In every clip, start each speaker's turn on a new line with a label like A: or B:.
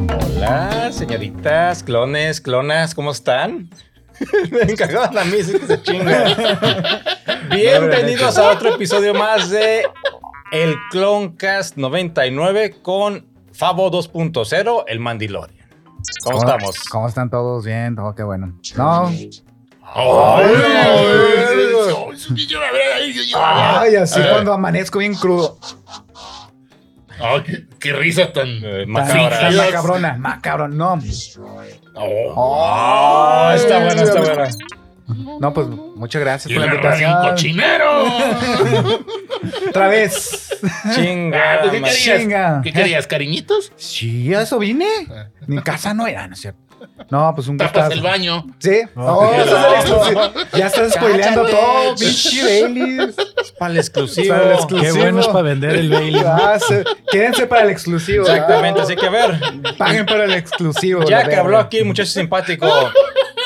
A: Hola, señoritas, clones, clonas, ¿cómo están? Me encargaban a mí, sí que se chinga. Bienvenidos a otro episodio más de El Cloncast 99 con Favo 2.0, el Mandalorian. ¿Cómo, estamos?
B: ¿Cómo están todos? Bien, todo qué bueno. No,
A: ¡Ay! Ah,
B: ay, así cuando amanezco bien crudo.
C: Ah, qué, qué risas tan.
A: Eh,
B: Está
A: macabra.
C: Sí, sí.
B: macabrona, macabrón, no.
C: oh,
A: Ah, está buena, está buena.
B: No, pues Ah, muchas gracias
C: Y
B: por la
C: una raza bien
B: invitación.
C: cochinero.
B: Otra vez.
A: Chinga.
C: Ah, pues, ¿Qué
A: madre.
C: querías?
B: Chinga.
C: ¿Qué querías, cariñitos?
B: Sí, a eso vine. Mi casa no era, ¿no es cierto? No, pues un
C: Tapas
B: gustazo.
C: el baño.
B: Sí. Oh, eso es el exclusivo. Ya estás spoileando
C: Cállate.
B: todo, pinche Bailey.
A: Es para el exclusivo.
B: Para el exclusivo.
D: oh, Qué bueno es para vender el Bailey.
B: Ah, se- Quédense para el exclusivo. ¿verdad?
A: Exactamente, así que a ver,
B: Paguen para el exclusivo. la
A: ya que
B: verga.
A: habló aquí, muchacho simpático.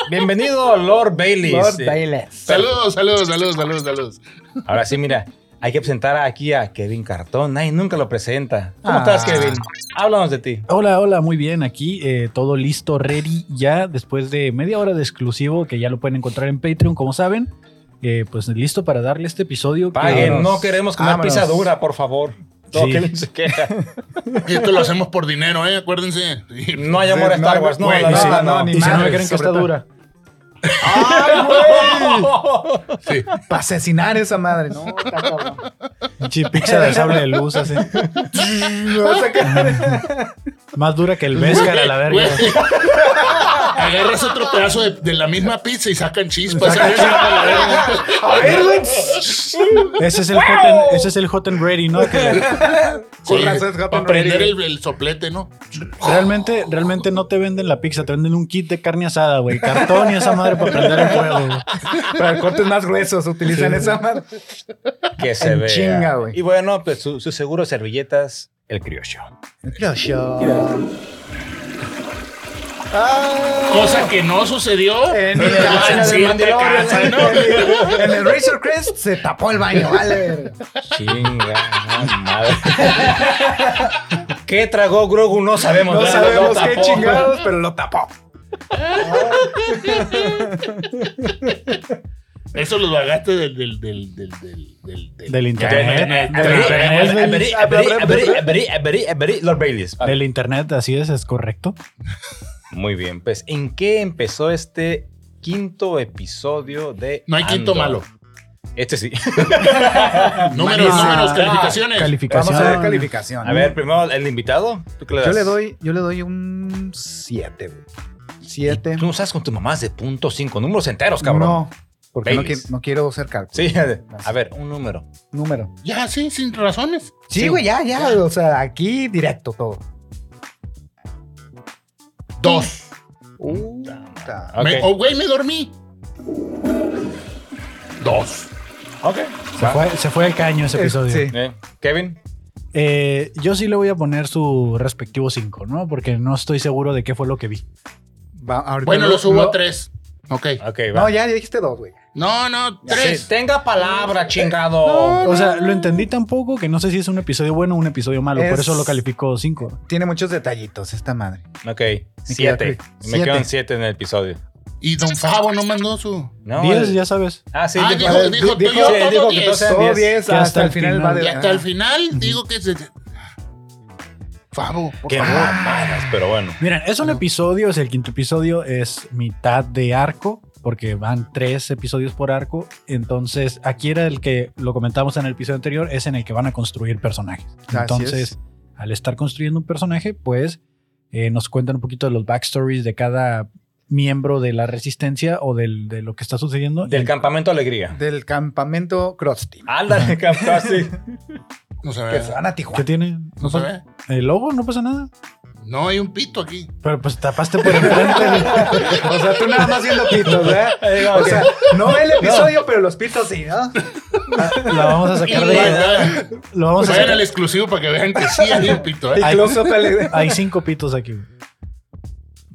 A: Bienvenido, Lord Bailey.
B: Lord
A: Sí.
B: Bayless.
C: Saludos, saludos, saludos, saludos, saludos.
A: Ahora sí, mira, hay que presentar aquí a Kevin Cartón. Nadie nunca lo presenta. ¿Cómo estás,
B: Ah.
A: Kevin? Háblanos de ti.
D: Hola, hola, muy bien. Aquí eh, todo listo, ready ya después de media hora de exclusivo que ya lo pueden encontrar en Patreon, como saben. Eh, pues listo para darle este episodio. que-
A: Paguen, no queremos comer
B: Vámonos.
A: pisadura, por favor. No,
D: Sí.
A: Kevin se queja.
C: Y esto lo hacemos por dinero, ¿eh? Acuérdense. Sí.
A: No hay amor a
B: Sí, no,
A: Star Wars. No,
B: güey,
A: la
D: y si-
A: verdad, no.
B: ni
D: Y si no me
B: madres,
D: creen que
B: sobre
D: está
B: todo.
D: dura.
C: Sí.
B: Para asesinar esa madre. No, está cabrón.
D: Pinche pizza de sable de luz, así.
B: Lo va a sacar.
D: Más dura que el Vescar a la verga.
C: Güey. Agarras otro pedazo de, de la misma pizza y sacan chispas.
B: A ver, güey.
D: Ese es el hot and, ese es el hot and ready, ¿no? Que le-
B: Con razón es Hot
C: para
B: and
C: prender
B: Ready.
C: el, el soplete, ¿no?
D: realmente, realmente no te venden la pizza, te venden un kit de carne asada, güey. Cartón y esa madre para prender el fuego, güey.
B: Para cortes más gruesos utilizan esa madre.
A: Que se
B: En
A: vea.
B: chinga, güey.
A: Y bueno, pues su, su seguro servilletas, el criollo.
C: Cosa que no sucedió.
B: En
C: Pero
B: mi casa de
C: siempre
B: Mandalorian.
C: casa, ¿no?
B: En el Razor Crest se tapó el baño, vale.
A: Chinga, no, madre. ¿Qué tragó Grogu? No sabemos.
B: No
A: la verdad,
B: sabemos qué
A: tampoco.
B: chingados, pero lo tapó.
C: Eso lo pagaste del, del, del, del, del, del, del-
D: Del internet.
A: Abrí,
D: Del internet,
A: abrí,
D: güey.
A: abrí, abrí, abrí, abrí, abrí, Lord Baileys.
D: Del internet, así es, es correcto.
A: Muy bien, pues ¿en qué empezó este quinto episodio de
C: No hay quinto
A: Andor?
C: malo.
A: Este sí.
C: Números,
B: Mañana.
C: números, calificaciones.
D: Calificación.
B: Vamos a ver calificación.
A: A ver, pues. primero el invitado. ¿Tú qué
B: Yo
A: das?
B: le doy, yo le doy un 7, güey.
A: ¿Y
B: 7.
A: Tú no sabes con tu mamá es de punto cinco, números enteros, cabrón.
B: No, porque no,
A: Baileys.
B: qui- no quiero ser cálculo.
A: Sí, a ver, un número.
B: Número.
C: ya, sí, sin razones.
B: Sí, güey, ya, ya. O sea, aquí directo todo.
C: Dos.
B: Puta.
A: Ok.
C: Me- oh. o güey, me dormí. Dos.
A: Ok.
D: Se fue, se fue al caño ese
B: Eh,
D: episodio.
B: sí.
A: Eh, Kevin.
D: Eh, yo sí le voy a poner su respectivo 5, ¿no? Porque no estoy seguro de qué fue lo que vi.
B: Va, ahorita
C: Bueno, lo subo
B: no-
C: a tres. Ok.
A: Ok, va.
B: No, ya dijiste dos, güey.
C: No, no,
A: Sí,
C: tres.
A: tenga palabra, chingado.
D: O sea, lo entendí tan poco que no sé si es un episodio bueno o un episodio malo. Por
B: Es-
D: eso lo califico 5.
B: Tiene muchos detallitos esta madre.
A: Ok, siete.
B: Siete.
A: Me quedo en siete en el episodio.
C: Y Don Favo no mandó su.
A: No,
D: 10,
A: el-
D: ya sabes.
A: Ah, sí,
C: Ah,
A: dijo-
C: dijo- dijo tú, yo
A: sí,
C: todo
A: dijo que
C: diez.
A: todos sean
B: Todo
A: diez.
B: 10
D: Ya
B: hasta,
D: hasta
B: el
D: el
B: final,
D: final.
B: va de...
C: Y hasta el final digo que se. Favo. por
A: Qué
C: favor.
A: mamadas, pero bueno.
D: Miren, es un episodio, es el quinto episodio, es mitad de arco, porque van tres episodios por arco. Entonces, aquí era el que lo comentamos en el episodio anterior, es en el que van a construir personajes.
B: Así
D: Entonces,
B: es.
D: al estar construyendo un personaje, pues eh, nos cuentan un poquito de los backstories de cada miembro de la resistencia o del- de lo que está sucediendo.
A: Del
D: Y-
A: campamento Alegría.
B: Del campamento Krusty.
A: Ándale, campamento, sí.
C: No se
B: Que
C: ve.
B: se van a
D: ¿Qué
B: Tijuana.
D: tiene?
C: No se ve.
D: El logo, no pasa nada.
C: No hay un pito aquí.
D: Pero pues tapaste por enfrente.
B: o sea, tú nada más viendo pitos, ¿eh? O sea, no ve el episodio, pero los pitos sí, ¿no?
D: lo vamos a sacar de
C: Vayan
D: Lo vamos a sacar.
C: al exclusivo para que vean que sí hay un pito, ¿eh?
D: Ay.
B: Incluso te
D: Hay cinco pitos aquí. güey.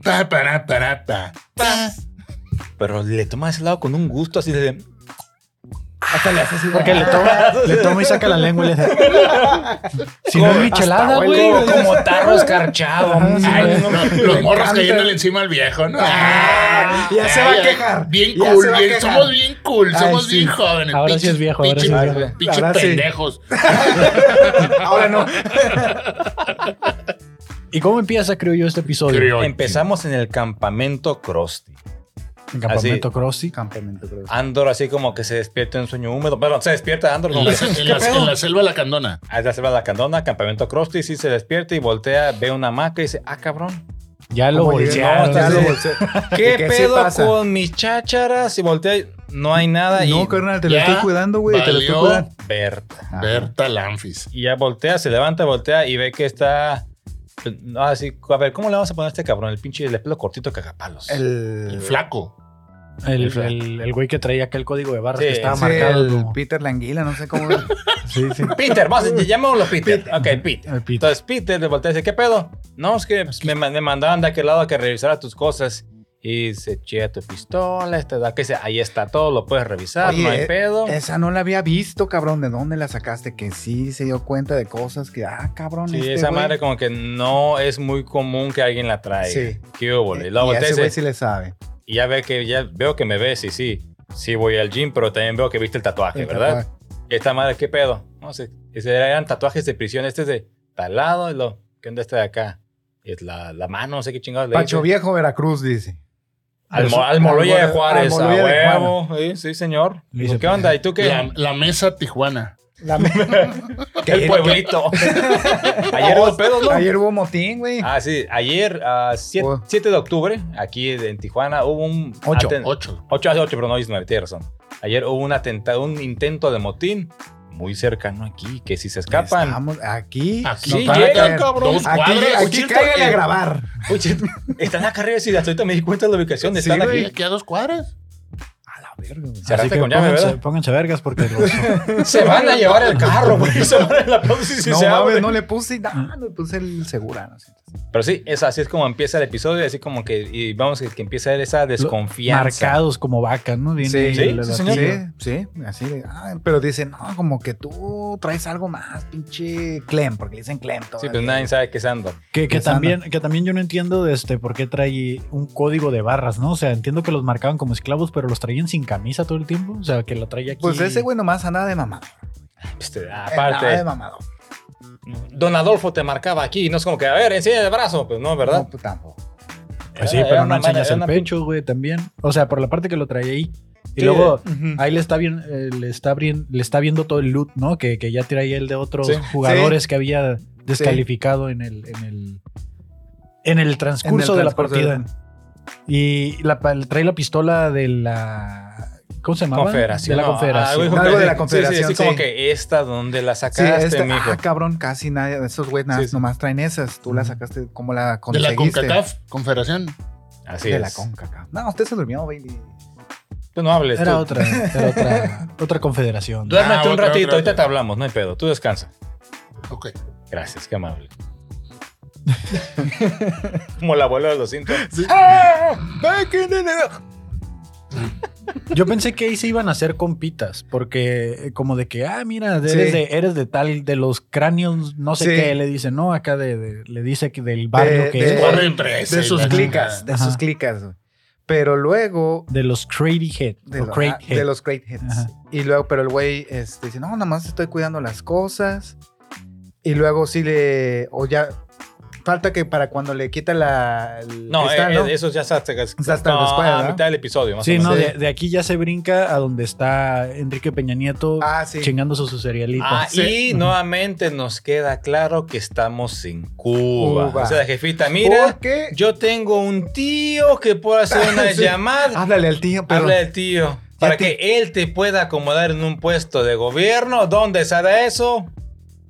C: Ta, para, para, ta, ta.
A: Pero le toma ese lado con un gusto así de.
B: Hasta le hace así.
D: Porque le toma, le toma y saca la lengua y le hace. Si no es michelada, güey.
A: Como, como tarro escarchado.
D: Ajá, sí,
A: Ay,
D: güey.
A: no,
C: Los- Los morros cayéndole encima al viejo, ¿no?
B: Ah, ya se va a quejar.
C: Bien
B: Ya se
C: cool,
B: va a
C: bien-
B: quejar.
C: somos bien cool,
B: Ay,
C: somos
B: sí.
C: bien jóvenes.
D: Ahora sí
C: pinches-
D: es viejo, ahora
C: pinches-
D: sí es
A: viejo.
C: pinches
B: Ahora sí.
C: pendejos.
B: Ahora no.
D: ¿Y cómo empieza, creo yo, este episodio?
C: Creo.
A: Empezamos en el campamento Krusty.
D: En Campamento Crossy.
B: Campamento, creo.
A: Andor así como que se despierta en sueño húmedo. Perdón, se despierta Andor
C: En
A: como
C: la,
A: que...
C: en la- en la selva de la candona.
A: A la selva de la candona, campamento Krusty, sí se despierta y voltea, ve una hamaca y dice, ah, cabrón,
D: Ya lo
B: Como
A: llegamos,
D: voltearon.
A: ya lo
D: sí.
A: ¿qué,
B: ¿Qué sí
A: pedo
B: pasa?
A: con mis chácharas? Y voltea, y no hay nada y
B: No, carnal, te lo
C: Ya
B: estoy cuidando, güey. Te lo estoy
C: valió.
B: cuidando.
A: Berta.
B: Ajá.
C: Berta Lanfis.
A: Y ya voltea, se levanta, voltea y ve que está... no, Así, a ver, ¿cómo le vamos a poner a este cabrón? El pinche, el pelo cortito cagapalos.
C: El
B: El.
C: flaco.
D: El, el- el güey que traía aquel código de barras
A: Sí,
D: que estaba
B: sí,
D: marcado.
B: el
D: como-
B: Peter Languila, no sé cómo.
D: Sí, sí.
A: Peter, vamos, llamémoslo Peter. Ok, Peter.
D: El Peter.
A: Entonces Peter le voltea y dice, ¿qué pedo? No, es que pues, me, ma- me mandaban de aquel lado a que revisara tus cosas. Y se chea tu pistola, esta, da, que dice, ahí está todo, lo puedes revisar,
B: Oye,
A: no hay
B: eh,
A: pedo.
B: Esa no la había visto, cabrón. ¿De dónde la sacaste? Que sí se dio cuenta de cosas que, ah, cabrón.
A: Sí,
B: este
A: esa
B: güey.
A: madre como que no es muy común que alguien la traiga.
B: Sí. Eh,
A: Qué hubo, le? Y luego
B: Y a
A: voltea y
B: ese güey
A: dice, "Ah,
B: sí le sabe.
A: y ya ve que ya veo que me ves y sí, sí voy al gym, pero también veo que viste el tatuaje,
B: El
A: ¿verdad?
B: tatuaje.
A: Y esta madre, ¿qué pedo? No sé, ese eran tatuajes de prisión, este es de talado, y lo, ¿qué onda este de acá? Es la, la mano, no sé qué chingados le
B: Pacho
A: dice.
B: Viejo, Veracruz, dice.
A: Almo- Almoloya de Juárez, a
B: Almoloya de
A: huevo. Sí, sí, señor.
D: Le hice-
A: ¿Qué onda? ¿Y tú qué?
C: La, la mesa Tijuana.
B: La-
A: el pueblito. ayer hubo pedos, ¿no?
B: Oh, Ayer hubo motín, güey.
A: Ah, sí. Ayer, ah, siete-
B: Oh.
A: 7 de octubre, aquí en Tijuana, hubo un...
B: Ocho,
A: aten-
C: Ocho.
A: ocho, hace ocho, pero no, 19, tienes razón. Ayer hubo un atentado, un intento de motín muy cercano aquí, que si se escapan...
B: Estamos aquí.
C: Aquí
B: nos
A: Sí,
B: van a
A: llegan,
B: caer.
A: cabrón.
C: Dos
B: Aquí,
C: cuadras.
B: aquí
A: Ochilco,
B: cáigale a
A: eh.
B: grabar.
A: Oye, están acá arriba, si hasta ahorita me di cuenta de la ubicación, están
B: Sí,
A: aquí.
C: Aquí, aquí a dos cuadras.
B: A la verga, güey.
A: Se
D: Así
A: arranca
D: que
A: con llave,
D: pónganse,
A: ¿verdad?
D: pónganse vergas porque los-
A: Se van a llevar el carro, güey. Se van a la pausa y si
B: no,
A: se
B: mames,
A: abre.
B: no le puse nada, no le puse el segura. No sé.
A: Pero sí, es así es como empieza el episodio, así como que y vamos que, que empieza esa desconfianza.
D: marcados como vacas, ¿no? Viene
B: Sí,
D: el-
A: sí,
D: el-
A: sí,
D: el-
A: señor.
D: el-
B: Sí, sí, así de, ah, pero dicen, no, como que tú traes algo más, pinche Clem, porque le dicen Clem.
A: Sí,
B: todavía.
A: pues nadie sabe qué es Andor.
D: Que, que
B: Esa
D: también, que también yo no entiendo de este por qué trae un código de barras, ¿no? O sea, entiendo que los marcaban como esclavos, pero los traían sin camisa todo el tiempo. O sea, que la traía aquí.
B: Pues ese güey nomás andaba de mamado.
A: Este,
B: Andaba de
A: aparte,
B: mamado. eh.
A: Don Adolfo te marcaba aquí, no es como que, a ver, enseña el brazo, pues no, ¿verdad?
B: No, pues tampoco.
D: Pues sí,
A: Era- era
D: pero no
A: una
D: enseñas
A: mala- era
D: el
A: una-
D: pecho, güey, también. O sea, por la parte que lo traía ahí. Y
A: Sí,
D: luego
B: Ujú.
D: ahí le está, bien, eh, le, está bien, le está viendo todo el loot, ¿no? Que, que ya traía el de otros
A: Sí.
D: jugadores que había descalificado en, el, en, el, en el transcurso de la
B: transcurso
D: partida.
B: de-
D: Y la, pa- trae la pistola de la... ¿Cómo se llamaba?
A: Confederación.
D: De la
A: no, ah,
D: confederación.
A: dijo que-
B: Algo de la
A: sí,
B: confederación,
A: Sí, sí, como
B: sí.
A: que esta, ¿dónde la
B: Sí,
A: sacaste,
B: este,
A: mijo?
B: ah, cabrón, casi nadie, esos güeyes nada-
A: Sí, sí.
B: nomás traen esas. Tú la sacaste, ¿cómo la
C: De la
B: conseguiste?
C: CONCACAF, Confederación.
A: Así
B: De
A: es.
B: la CONCACAF. No, usted se durmió, baby.
A: Tú no hables.
D: Era
A: tú.
D: otra, era otra, otra confederación.
A: Duérmete
C: Ah,
A: un
C: otra,
A: ratito,
C: otra,
A: ahorita
C: otra.
A: te hablamos, no hay pedo. Tú descansa.
C: Ok.
B: Eh,
A: Gracias, qué amable. como el abuelo de los Ah. cintos.
D: Yo pensé que ahí se iban a hacer compitas, porque eh, como de que, ah, mira, eres,
B: Sí.
D: de, eres de tal, de los cráneos, no sé
B: Sí.
D: qué, le dice, no, acá de, de- le dice que del barrio
B: De-
D: que
B: de-
D: es,
B: Corre.
C: Corren presa
B: De
C: y
B: sus
C: la
B: clicas,
C: chingada.
B: de sus
D: Ajá.
B: clicas. güey. Pero luego
D: de los Crady Head,
B: de,
D: o
B: lo-
D: Crate
B: ah,
D: Head.
B: de los Great Heads.
D: Ajá.
B: Y luego, pero el güey este, dice, no, nada más estoy cuidando las cosas. Y luego sí le, o ya, falta que para cuando le quita la... el
A: No,
B: cristal,
A: eh, eh, eso ya está hasta,
B: Está hasta después,
A: a
B: ¿no?
A: mitad del episodio. Más o
D: Sí,
A: menos.
D: no,
B: Sí.
D: de, de aquí ya se brinca a donde está Enrique Peña Nieto
B: Ah, sí.
D: chingándose su cerealito.
A: Ah,
C: Sí.
A: y nuevamente nos queda claro que estamos en Cuba.
B: Cuba.
A: O sea, jefita, mira,
B: Porque-
A: yo tengo un tío que puede hacer una
B: Sí.
A: llamada.
B: Háblale al tío, pero...
A: Habla del tío. Para
B: te-
A: que él te pueda acomodar en un puesto de gobierno. ¿Dónde será eso?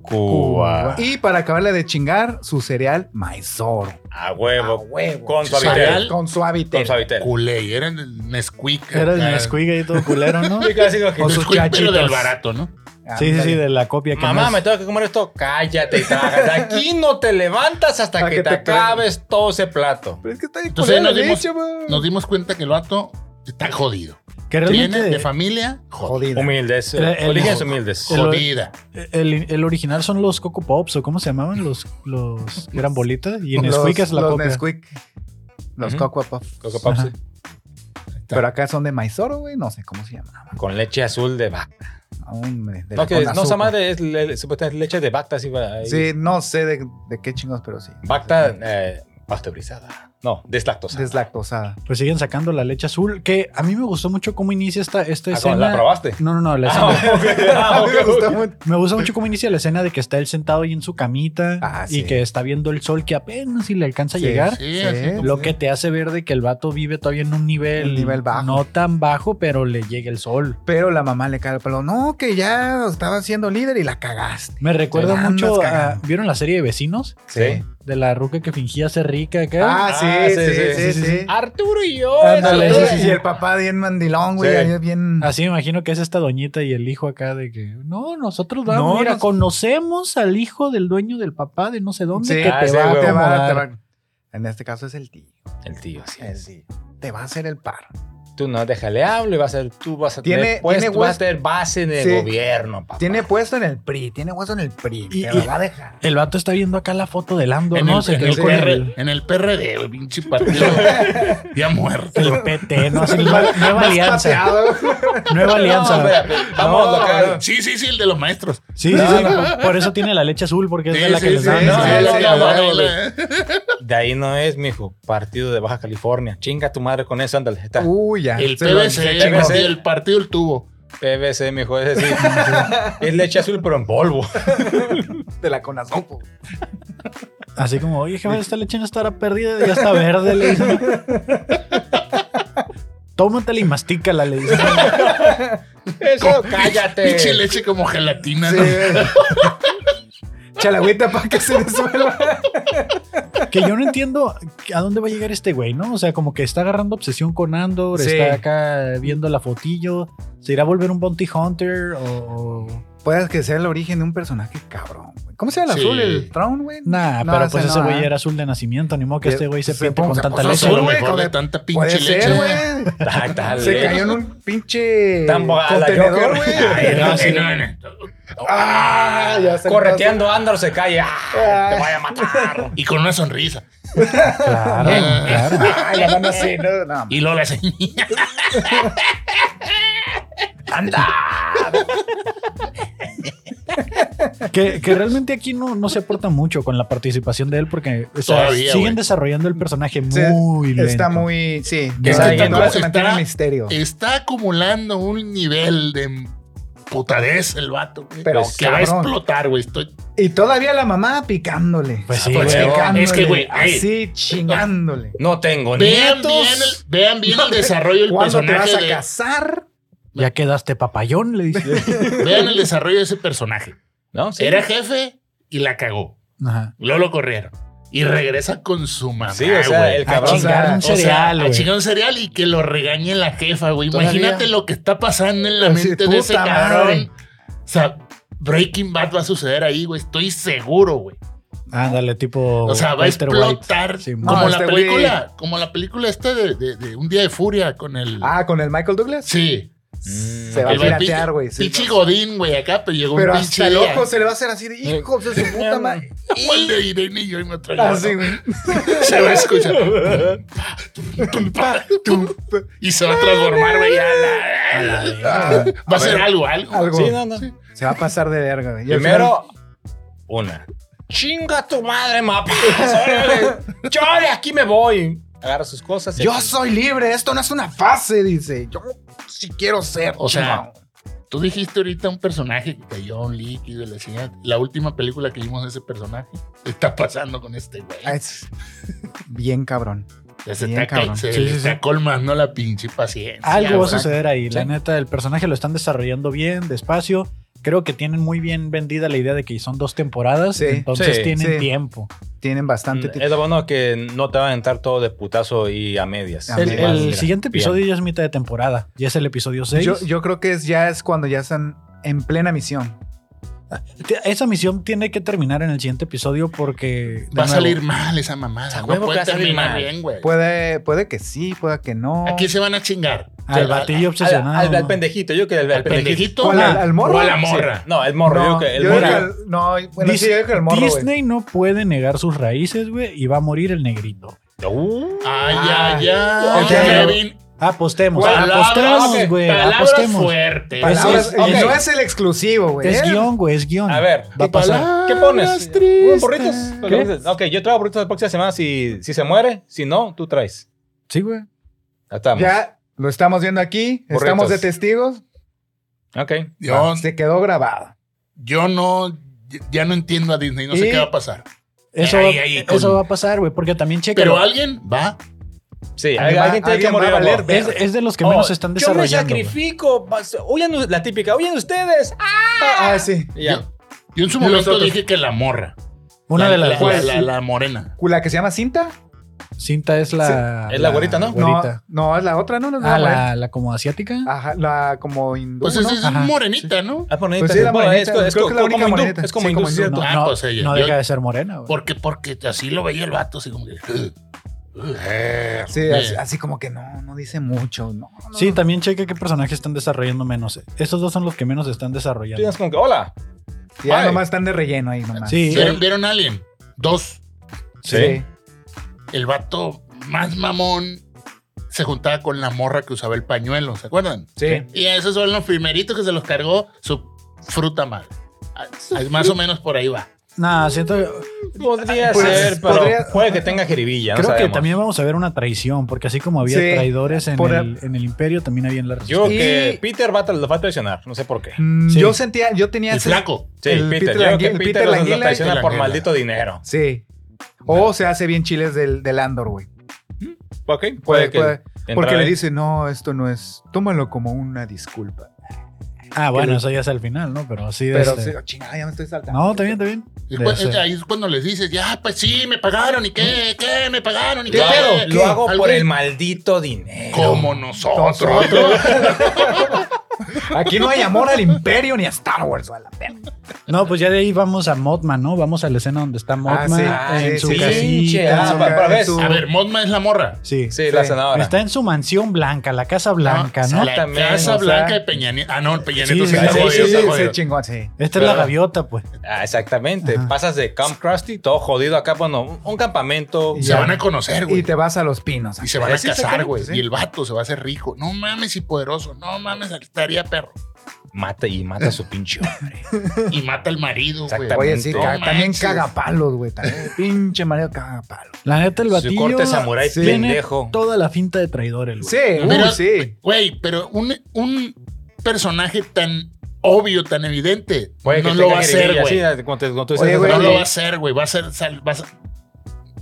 A: Cuba.
B: Y para acabarle de chingar, su cereal Maizoro.
A: A
B: A
A: huevo.
B: huevo.
A: Con
B: Su
A: suavitel.
B: cereal Con suavitel.
A: Con suavitel.
C: Culé. Y eran el Nesquik.
D: Era el
C: acá.
D: Nesquik ahí todo culero, ¿no?
A: Y casi digo que,
D: Con sus
C: Nesquik, pero del
D: chachitos.
C: barato, ¿no?
B: Ah,
D: Sí, sí, sí,
B: ándale.
D: de la copia que
A: Mamá,
D: más-
A: me tengo que comer esto. Cállate y traga. De Aquí no te levantas hasta
B: Hasta
A: que,
B: que
A: te
B: te
A: acabes todo ese plato.
B: Pero es que está bien
C: Entonces
B: culera
C: nos
B: la
C: dimos-
B: leche, güey.
C: Nos dimos cuenta que el vato está jodido.
D: Que realmente
C: Viene de familia
B: Jodida.
A: Humildes.
D: El- el-
A: Orígenes humildes.
D: El-
C: jodida.
D: el, el original son los Coco Pops o cómo se llamaban los los que eran bolitas y en
B: Los-
D: Nesquik es la
B: los
D: copia.
B: Nesquik. Los
A: Ujú.
B: Cocoa Puff.
A: Coco Pops,
D: Ajá.
B: Pero acá son de maizoro, güey. No sé cómo se llama.
A: Con leche azul de vaca.
B: Hombre, de la-
A: No, que
B: con
A: es- no, esa
B: azúcar.
A: madre es le- supuestamente leche de bacta. Sí, para-
B: Sí, no sé de, de qué chingos, pero sí.
A: Bacta eh, pasteurizada. No, Ah, deslactosada.
B: Deslactosada.
D: Pues siguen sacando la leche azul que a mí me gustó mucho cómo inicia esta esta
A: Ah, ¿cómo?
D: escena.
A: ¿La probaste?
D: No, no, no, la escena.
A: Ah, ok, ah, ok,
B: Me gusta
A: ok.
B: mucho.
D: Me gusta mucho cómo inicia la escena de que está él sentado ahí en su camita
B: Ah,
D: y
B: sí.
D: que está viendo el sol que apenas si le alcanza
B: Sí,
D: a llegar.
C: Sí,
B: Sí.
C: así como-
D: Lo que te hace ver de que el vato vive todavía en un nivel,
B: Un nivel bajo.
D: no tan bajo, pero le llega el sol.
B: Pero la mamá le cae el pelo. No, que ya estaba siendo líder y la cagaste.
D: Me recuerda
B: andas
D: mucho a,
B: cagando.
D: ¿Vieron la serie de vecinos?
A: Sí.
D: De la ruca que fingía ser rica acá.
B: Ah, sí,
A: Ah,
B: sí,
A: sí,
B: sí, sí.
A: sí,
B: sí.
A: Arturo y yo.
D: Ándale,
A: Arturo
D: sí,
A: y
D: sí,
B: Y
A: yo.
B: el papá bien mandilón, güey.
A: Sí.
B: ahí es bien.
D: Así me imagino que es esta doñita y el hijo acá de que no, nosotros vamos,
B: No,
D: mira,
B: nos-
D: conocemos al hijo del dueño del papá de no sé dónde
B: Sí.
D: que
A: Ah,
D: te
A: sí,
D: va
A: güey.
D: a
B: Te va,
D: acomodar".
B: te va- En este caso es el tío.
A: El tío, sí.
B: El tío. Te va a hacer el par.
A: Tú no, déjale hablo y vas a, tú vas a
B: Tiene-
A: tener puesto,
B: tiene
A: tú vas a
B: hues-
A: tener base en el
B: Sí.
A: gobierno, papá.
B: Tiene puesto en el PRI, tiene hueso en el PRI.
D: Y-
B: te
D: y-
B: lo va a dejar.
D: El vato está viendo acá la foto de Lando,
C: En
D: ¿no?
C: el,
D: Se
C: en
D: quedó
C: el
D: con
C: PR
D: el,
C: en el PRD, güey, pinche partido ya muerto.
D: el PT, ¿no? Así, nueva, nueva alianza. Nueva alianza.
A: No, espérate, vamos a local.
C: Sí, sí, sí, el de los maestros.
D: Sí, sí, sí. Por, por eso tiene la leche azul, porque es
C: Sí,
D: de la
C: sí,
D: que les
C: sí,
D: dan.
C: sí,
D: ¿no?
C: sí,
A: Ah,
C: sí,
A: la
C: sí,
A: que
C: la
A: va,
C: la-
A: De ahí no es, mijo. Partido de Baja California. Chinga tu madre con eso, ándale. Está.
B: Uy, ya.
C: El
B: se lo-
C: PBC,
B: se
C: el
B: chingó.
A: PBC.
C: partido- el partido el tubo.
A: PVC, mijo, es decir, es leche azul, pero en polvo.
B: de la conazopo.
D: Así como, oye, jefe, esta leche no estará perdida, ya está verde, le dicen. Tómatela y mastícala, le dicen.
A: Eso, cállate.
C: Pinche leche como gelatina.
B: Sí.
C: ¿no?
B: Chalagüita para que se disuelva.
D: Que yo no entiendo a dónde va a llegar este güey, ¿no? O sea, como que está agarrando obsesión con Andor,
B: Sí.
D: está acá viendo la fotillo. ¿Se irá a volver un Bounty Hunter o...? o-
B: Puedes que sea el origen de un personaje cabrón. güey. ¿Cómo se llama el
C: Sí.
B: azul? ¿El Throne, güey?
D: Nah,
B: No,
D: pero
B: ese
D: pues ese
B: no,
D: güey
B: ¿ah?
D: era azul de nacimiento, ni modo que
B: Que
D: este güey se
B: se
D: pinte
B: ponga-
D: con
B: se
D: tanta
C: Pues
B: puso
C: eso a
D: leche.
B: azul,
C: lo
B: güey,
C: mejor
B: con
C: de
B: el-
C: tanta
B: Puede
C: pinche leche.
B: ser, güey.
A: Ta- ta-
B: Se
A: leche.
B: cayó en un pinche
A: Tan bogada la
B: contenedor,
A: Joker.
B: güey.
C: No, sí, no, no.
B: Ah, ya se
A: Correteando Andor se cae. ¡Ah! Te voy a matar.
C: Y con una sonrisa.
D: Claro,
C: Ah.
D: claro.
B: Ah, la mano así, no, no.
C: Y Lola señala.
D: Que, que realmente aquí no, no se aporta mucho con la participación de él porque o sea,
C: Todavía,
D: siguen
C: güey.
D: desarrollando el personaje
B: Sí,
D: muy lento.
B: Está muy, sí.
D: Es que
B: Todavía no
C: tampoco
B: se mantiene
C: está-
B: el misterio.
C: Está acumulando un nivel de putadez el vato, güey.
B: Pero
C: que va a
B: cabrón.
C: explotar, güey. Estoy
B: Y todavía la mamá picándole.
D: Pues sí,
C: Ah, pues
D: güey.
C: sí.
B: Picándole,
C: es que, güey, ahí.
B: Así chingándole.
A: No tengo
C: Vean
A: nietos.
C: bien, el, vean bien el desarrollo del
B: ¿Cuándo te vas
C: personaje.
B: a
C: de-
B: casar?
D: Ya quedaste papayón, le dice.
C: vean el desarrollo de ese personaje.
A: No, sí.
C: Era jefe y la cagó.
D: Ajá.
C: Luego lo corrieron. Y regresa con su mamá.
A: Sí, o sea,
C: güey.
A: el
D: A
A: cabrón.
B: chinga.
D: chingar un
C: O sea,
D: cereal,
C: a
D: güey.
C: chingar un cereal y que lo regañe la jefa, güey.
B: Todavía.
C: Imagínate lo que está pasando en la
B: Así,
C: mente de ese
B: puta
C: cabrón.
B: madre.
C: O sea, Breaking Bad va a suceder ahí, güey. Estoy seguro, güey.
D: Ándale, tipo.
C: O sea, va a
D: Walter White.
C: explotar
D: Sí,
C: como
B: no,
C: la
B: este güey-
C: película, como la película esta de, de- de Un Día de Furia con el.
B: Ah, con el Michael Douglas. Mm.
C: sí.
B: Se va a
C: el
B: piratear, güey. sí.
C: Pinche Godín, güey, acá, pero llegó
B: Pero
C: un
B: hasta
C: pinche
B: loco
C: loco.
B: se le va a hacer así de hijo de su puta madre.
C: Como el de Irene y yo y me traigo.
B: Así, Ah, güey.
C: Se va a escuchar. Tum, pa, tum, pa. y se va a transformar, güey. a la- a la- Va a ser algo, algo.
B: Algo.
A: Sí, no, no.
B: Se va a pasar de verga, güey. Y al
A: Primero, una. Chinga tu madre, mapa. Órale. Yo de aquí me voy. Agarra sus cosas.
B: final,
A: se-
B: Yo soy libre, esto no es una fase, dice. Yo sí quiero ser.
C: O sea,
B: chingado.
C: Tú dijiste ahorita un personaje que cayó un líquido y la chingada. La última película que vimos de ese personaje está pasando con este güey.
B: Ah, es bien cabrón.
C: Ya se
B: bien
C: está,
B: cabrón.
C: se
D: Sí,
C: le
D: sí,
C: está
D: sí.
C: colmando la pinche paciencia.
D: Algo va
C: güey.
D: a suceder ahí. La
C: Sí.
D: neta, el personaje lo están desarrollando bien, despacio. Creo que tienen muy bien vendida la idea de que son dos temporadas.
B: Sí,
D: entonces
A: sí,
D: tienen
B: sí.
D: tiempo.
B: Tienen bastante tiempo.
A: Es lo bueno que no te van a entrar todo de putazo y a medias.
B: A
D: El,
B: medias.
D: el
A: Mira,
D: siguiente
A: bien.
D: episodio ya es mitad de temporada. Ya es el episodio 6.
B: Yo, yo creo que es, ya es cuando ya están en plena misión.
D: Te- Esa misión tiene que terminar en el siguiente episodio porque. de
C: Va a
D: nuevo,
C: salir mal esa mamada.
A: A
C: No
A: huevo que va
C: puede
A: a salir
B: Pues,
C: terminar
A: mal.
C: bien, güey.
B: Puede, puede que sí, puede que no.
C: Aquí se van a chingar.
D: Al batillo obsesionado.
A: Al, al- al pendejito, yo creo que al, al
C: ¿Al
A: pendejito.
C: pendejito?
B: ¿Cuál, al- al morro?
C: ¿O a la
B: Sí.
C: morra?
A: No, el morro, yo
B: no,
A: creo que el
B: yo
A: morro.
B: creo que el- no, bueno,
D: Dis-
B: sí, yo creo que el morro, güey.
D: Disney no puede negar sus raíces, güey, y va a morir el negrito.
A: Uh,
C: Ay, ay, ay.
B: ok.
C: Kevin,
D: Apostemos,
C: palabras,
D: Pues, apostemos, güey,
C: palabras
D: apostemos.
C: fuertes.
B: Palabras-
D: Eso es-
B: y
D: ok.
B: no es el exclusivo, güey.
D: Es
B: ¿eh?
D: guión, güey, es guión.
A: a ver,
D: va a pasar.
A: ¿qué pones?
C: Tristes.
A: ¿Unos burritos? ¿Qué? Ok, yo traigo burritos la próxima semana. Si, si se muere, si no, tú traes.
D: Sí, güey.
A: Ya estamos.
B: Ya lo estamos viendo aquí, estamos
A: Burritos.
B: de testigos. Ah,
A: Ok.
C: Yo,
B: Se quedó grabado.
C: yo no, ya no entiendo a Disney, no sé
D: Y-
C: qué va a pasar.
D: Eso,
C: Ahí,
D: va-
C: ahí,
D: eso
C: con-
D: va a pasar, güey, porque también checa.
C: Pero alguien va.
A: Sí,
B: Ahí
A: alguien,
B: va-
A: tiene que
B: alguien va
A: morir.
B: a valer
A: amor.
D: es, es de los que
A: Oh,
D: menos se están
A: Yo me
D: desarrollando. güey.
A: sacrifico. Bas- Huyan u- la típica, huyen ustedes. ¡Ah!
B: Ah, ah, sí.
A: Y Ya.
C: Yo, yo en su
B: Y los
C: momento
B: otros.
C: dije que la morra.
D: Una
C: La-
D: de las
C: la,
D: dos.
C: la- la- la morena.
B: ¿La que se llama cinta?
D: cinta es la.
A: Sí. Es la güerita, ¿no?
D: güerita.
B: No, no, es la otra, no, no, no.
D: Ah,
B: güey.
D: la, la como asiática.
B: Ajá, la como hindú.
C: Pues es,
B: ¿no?
C: es
D: Ajá,
C: morenita, ¿no?
A: Ah,
B: Pues sí, la
A: bueno,
B: morenita,
A: es, es
B: creo
A: co-
B: que la
A: como
B: única
A: hindú,
B: morenita.
A: es como
B: Sí,
A: hindú,
B: como
A: sí,
B: hindú,
A: cierto.
D: No,
C: Ah,
D: no,
C: pues ella,
D: no
C: yo-
D: deja de ser morena, güey.
C: Porque, porque así lo veía el vato, así como que.
A: Eh,
B: Sí, así, así como que no, no dice mucho. No, no,
D: Sí,
B: no.
D: también cheque qué personajes están desarrollando menos. Estos dos son los que menos están
A: Tú
D: desarrollando.
A: dices como que, hola.
B: Ya
A: Ay.
B: nomás están de relleno ahí nomás.
D: Sí, eh,
C: ¿Vieron,
D: el-
C: vieron Alien? Dos.
A: Sí.
C: El vato más mamón se juntaba con la morra que usaba el pañuelo, ¿se acuerdan?
B: Sí.
C: Y esos son los primeritos que se los cargó su fruta madre. Ah, Más o menos por ahí va.
D: Nah, siento.
A: Podría
B: Pues,
A: ser, pero
B: podría-
A: puede que tenga jeribilla. no
D: creo que
A: sabemos.
D: también vamos a ver una traición, porque así como había
B: Sí.
D: traidores en
B: Por-
D: el, en el imperio, también había en la
A: Yo creo
B: Y-
A: que Peter va a, lo va a traicionar, no sé por qué.
B: Mm,
D: Sí.
B: Yo sentía, yo tenía.
C: El
B: ese-
C: flaco.
A: Sí,
B: El
A: Peter,
B: Peter
A: yo creo
B: Langue- el
A: que
B: Peter
A: Peter los-
B: Languila-
A: lo traiciona
C: Peter
A: por
C: Languila.
A: maldito dinero.
B: Sí. O se hace bien chiles del, del Andor, güey.
A: Ok, puede,
B: Puede-
A: que.
B: puede-
A: entra
B: Porque le
A: ahí.
B: dice, no, esto no es. Tómalo como una disculpa.
D: Ah, bueno,
B: que-
D: eso ya es al final, ¿no? Pero sí. de
B: Pero
D: este-
B: sí, oh, chingada, ya me estoy saltando.
D: No, está bien, está bien. Este,
C: Y pues,
D: De
C: cu-
D: ese-
C: ahí es cuando les dices, ya, pues sí, me pagaron y qué, qué, me pagaron y qué.
A: ¿Qué pedo?
C: ¿Qué?
A: Lo hago
C: Algo
A: por el maldito dinero.
C: Como nosotros.
B: Aquí no hay amor al imperio ni a Star Wars, o a la perra.
D: No, pues ya de ahí vamos a Mothman, ¿no? Vamos a la escena donde está Mothman
B: sí.
A: Ah,
D: en
B: sí,
D: su
B: sí.
A: Pinche
D: casita.
A: Ah,
B: Su-
A: pa- pa- ves.
B: su-
C: A ver, Modma es la morra.
D: Sí.
A: Sí, la
B: Sí.
A: senadora.
D: Está en su mansión blanca, la casa blanca, ¿no?
C: La
A: Exactamente,
C: Casa
A: o sea-
C: Blanca de Peña Nieto. Ah, no, Peña
D: Sí,
C: Nieto
D: sí,
C: sí está
A: sí,
C: jodido,
A: sí,
C: está
A: sí,
B: se
C: jodido.
B: chingó, sí.
D: Esta es la
A: ¿verdad?
D: gaviota, pues.
A: Ah, exactamente.
D: Ajá.
A: Pasas de Camp Krusty, todo jodido acá, bueno, un, un campamento.
B: Y
C: Se
B: ya.
C: van a conocer, güey.
B: Y te vas a los pinos.
C: Y se van a
A: Sí,
C: casar, güey.
B: sí.
C: Y el vato se va a hacer rico. No mames y poderoso. No mames, aquí estaría perro.
A: Mata y mata a su pinche hombre.
C: Y mata al marido, güey.
A: Exactamente.
B: Oye, sí,
A: No
B: ca- también
C: manches.
B: cagapalos, güey. también. Pinche Mario cagapalos.
D: La neta, el
A: Su
D: batillo.
A: corte samurái
D: tiene
A: pendejo.
D: Toda la finta de traidor, el güey.
B: Sí,
C: Pero-
B: uy, sí.
C: Güey, pero un, un personaje tan obvio, tan evidente,
A: Puede que
C: no lo
A: tenga
C: va a hacer,
A: jiribilla,
C: güey.
A: sí, cuando te- cuando tú
B: Oye,
A: dices,
B: güey,
C: No
A: no,
C: lo va a hacer, güey. Va a ser... sal- va a ser-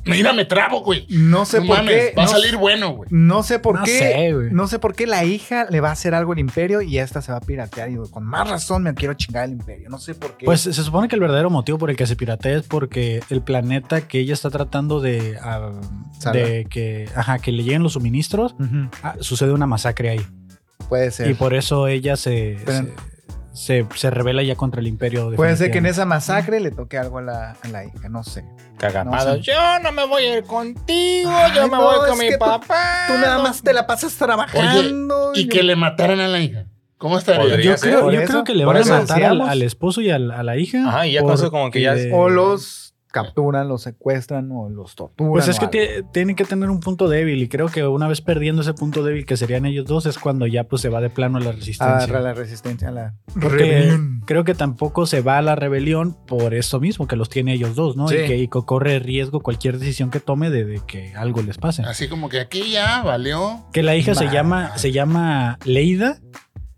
C: Mira, me trabo, güey.
B: No sé
C: No
B: por
C: mames,
B: qué.
C: va a
B: no-
C: salir bueno, güey.
B: No sé por
D: No
B: qué.
D: sé, güey.
B: no sé por qué la hija le va a hacer algo al imperio y esta se va a piratear. Y digo, con más razón me quiero chingar al imperio. No sé por qué.
D: Pues se supone que el verdadero motivo por el que se piratea es porque el planeta que ella está tratando de, ah,
B: Salvar.
D: de que, ajá, que le lleguen los suministros,
B: Ujú,
D: ah, sucede una masacre ahí.
B: puede
D: Y
B: ser.
D: por eso ella se,
B: Pero-
D: se, se, se revela ya contra el imperio.
B: Puede ser que en
D: definitivamente.
B: esa masacre le toque algo a la, a la hija. No sé.
A: cagapado.
B: No sé.
A: Yo no me voy a ir contigo,
B: Ay,
A: yo me
B: no,
A: voy
B: es
A: con mi
B: que tú-
A: papá.
B: Tú nada
A: Ah, no.
B: más te la pasas trabajando.
C: Y que le mataran a la hija. ¿Cómo estaría?
A: Podría
D: Yo,
A: ser.
D: creo,
B: Por
D: yo
B: eso-
D: creo que le
B: por
D: van a
B: eso
D: matar al,
B: decíamos.
D: al esposo y al- a la hija.
A: Ajá, y ya con eso como que ya es-
D: porque-
B: O los capturan, los secuestran o los torturan.
D: Pues es
B: o
D: que
B: algo.
D: tie- tienen que tener un punto débil y creo que una vez perdiendo ese punto débil que serían ellos dos es cuando ya pues se va de plano a la
B: Ah,
D: resistencia.
B: la resistencia a la
D: Porque creo que tampoco se va a la rebelión por eso mismo que los tiene ellos dos, ¿no?
B: Sí.
D: Y que y co- corre riesgo cualquier decisión que tome de, de que algo les pase.
C: Así como que aquí ya valió.
D: Que la hija se
B: Madre.
D: llama se llama Leida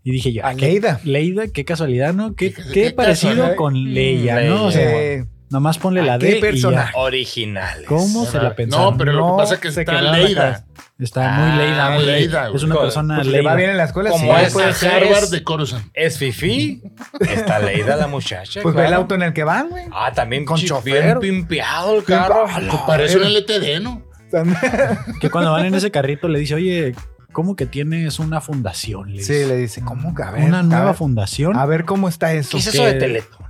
D: y dije yo, "Ah,
B: A
D: ¿qué-
B: Leida.
D: Leida, qué casualidad, ¿no? Qué,
C: Qué-
D: qué
C: qué
D: parecido
B: casualidad.
D: con Leia,
A: Leia.
D: ¿no? O sea,
B: Eh,
D: nomás ponle
B: ¿a
D: la
B: qué
D: D y ya.
B: personaje?
A: Originales.
D: ¿Cómo se la pensaron?
C: No, pero lo
B: No,
C: que pasa es que
B: se
C: está
B: quedaron
C: Leida.
B: acá.
D: Está muy
A: Ah,
D: Leida, muy
C: Leida,
D: Leida. Es
C: güey.
D: una
A: Con-
D: persona
B: pues, le
D: Leida.
B: va bien en la escuela.
A: Como
B: sí,
A: es,
B: pues,
C: Pues
A: Pues,
C: Harvard
A: es-
C: de Coruscant.
A: ¿Es Fifi? Está leída la muchacha.
B: pues ve el
A: claro.
B: auto en el que van, güey.
A: Ah, también
B: Con
A: con
B: chofer.
A: chofer. Bien pimpeado el carro.
B: Pimpa-
A: Ala.
C: Que parece un LTD, ¿no?
D: Que cuando van en ese carrito le dice, oye, ¿cómo que tienes una fundación? Le
B: Sí,
D: dice.
B: le dice, ¿cómo que? A ver,
D: una
B: a
D: nueva
B: ver,
D: fundación.
B: A ver cómo está eso.
A: ¿Qué es eso de
D: que-
A: Teletón?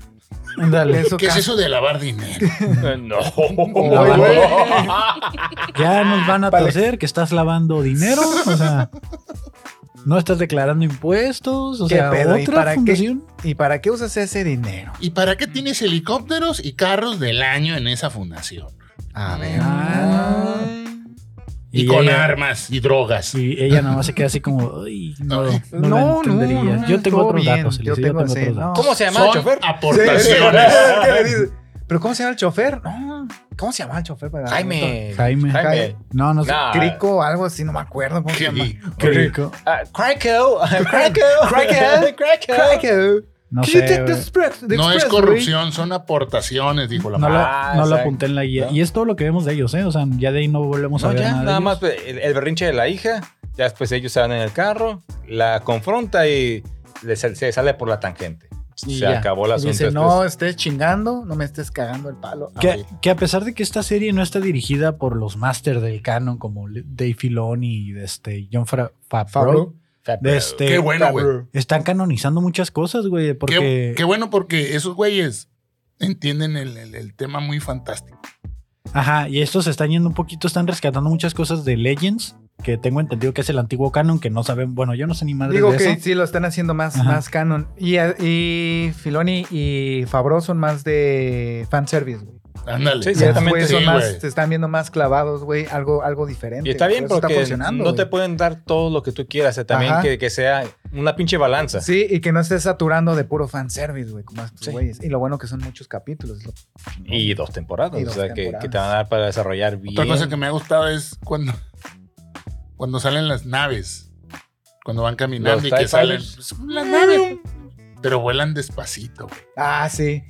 D: Ándale.
B: Eso
C: ¿Qué es
B: ca-
C: eso de lavar dinero?
A: Eh, No.
D: La
B: güey.
D: Ya nos van a torcer que estás lavando dinero. O sea, No estás declarando impuestos, o
B: ¿Qué
D: sea,
B: pedo? ¿Y
D: otra
B: para qué?
D: fundación.
B: ¿Y para qué usas ese dinero?
C: ¿Y para qué tienes helicópteros y carros del año en esa fundación?
B: A ver.
D: Ah.
C: Y, con
D: ella-
C: armas y drogas.
D: Y ella nada más se queda así como, "Ay, no, no, lo
B: No, no,
D: entendería".
B: no, no,
D: yo tengo
B: todo
D: otros
B: bien,
D: datos,
B: yo
D: Elise, yo
B: tengo
D: tengo
B: así,
D: otros
B: no.
D: datos.
A: ¿Cómo se llama el
C: Son
A: chofer?
C: aportaciones.
B: ¿Qué le dices? ¿Pero cómo se llama el chofer? No, ¿Cómo se llama el chofer? Para
A: Jaime. Ah.
D: Jaime.
A: Jaime.
D: No, no sé.
A: Nah.
B: Crico, algo así, no me acuerdo cómo se llama.
C: Sí.
D: Qué rico.
A: Ah, Crackle. Crackle.
B: Crackle.
A: Crackle.
B: Crackle.
D: No
B: Can you
D: sé,
B: take the
D: güey.
B: express- the
C: No es
B: expressway?
C: corrupción, son aportaciones, dijo la
D: No,
C: madre.
D: la,
A: Ah,
D: no la
A: exacto.
D: apunté en la guía.
A: No.
D: Y es todo lo que vemos de ellos, ¿eh? O sea, ya de ahí no volvemos a
A: No,
D: ver
A: ya,
D: nada. de
A: nada
D: ellos.
A: más pues, el, el berrinche de la hija. Ya después ellos se van en el carro, la confronta y le sal- se sale por la tangente.
B: Y
A: se
B: ya.
A: acabó el
B: Y
A: asunto.
B: Dice,
A: después.
B: no estés chingando, no me estés cagando el palo.
D: Que,
B: ahorita".
D: que a pesar de que esta serie no está dirigida por los máster del canon como Le- Dave Filoni y este John Fra Favreau,
B: Favreau.
D: de este,
C: Qué bueno, güey.
D: están canonizando muchas cosas, güey, porque
C: Qué, qué bueno porque esos güeyes entienden el, el- el tema muy fantástico.
D: ajá, y estos están yendo un poquito, están rescatando muchas cosas de Legends, que tengo entendido que es el antiguo canon que no saben, bueno, yo no sé ni madre
B: Digo
D: de
B: que
D: eso.
B: sí lo están haciendo más,
D: Ajá.
B: más canon. Y, eh, y Filoni y Favreau son más de fanservice, güey.
C: Ándale.
A: Sí,
B: Y esos
A: Exactamente.
B: güeyes son
C: Sí,
B: más,
C: güey.
B: se están viendo más clavados, güey, algo, algo diferente.
A: Y está bien
B: Por eso
A: porque
B: funcionando,
A: no te
B: güey.
A: pueden dar todo lo que tú quieras. eh, También
B: Ajá.
A: que, que sea una pinche balanza.
B: Sí, y que no estés saturando de puro fanservice, güey, como estos
A: Sí.
B: güeyes. Y lo bueno que son muchos capítulos. es lo-
A: Y dos temporadas.
B: Y dos
A: o sea, que-
B: temporadas.
A: Que, te van a dar para desarrollar bien.
C: Otra cosa que me ha gustado es cuando, cuando salen las naves. Cuando van caminando
A: Los
C: y
A: TIE
C: que salen.
A: fighters.
C: pues, las naves. Pero vuelan despacito, güey.
B: Ah, sí.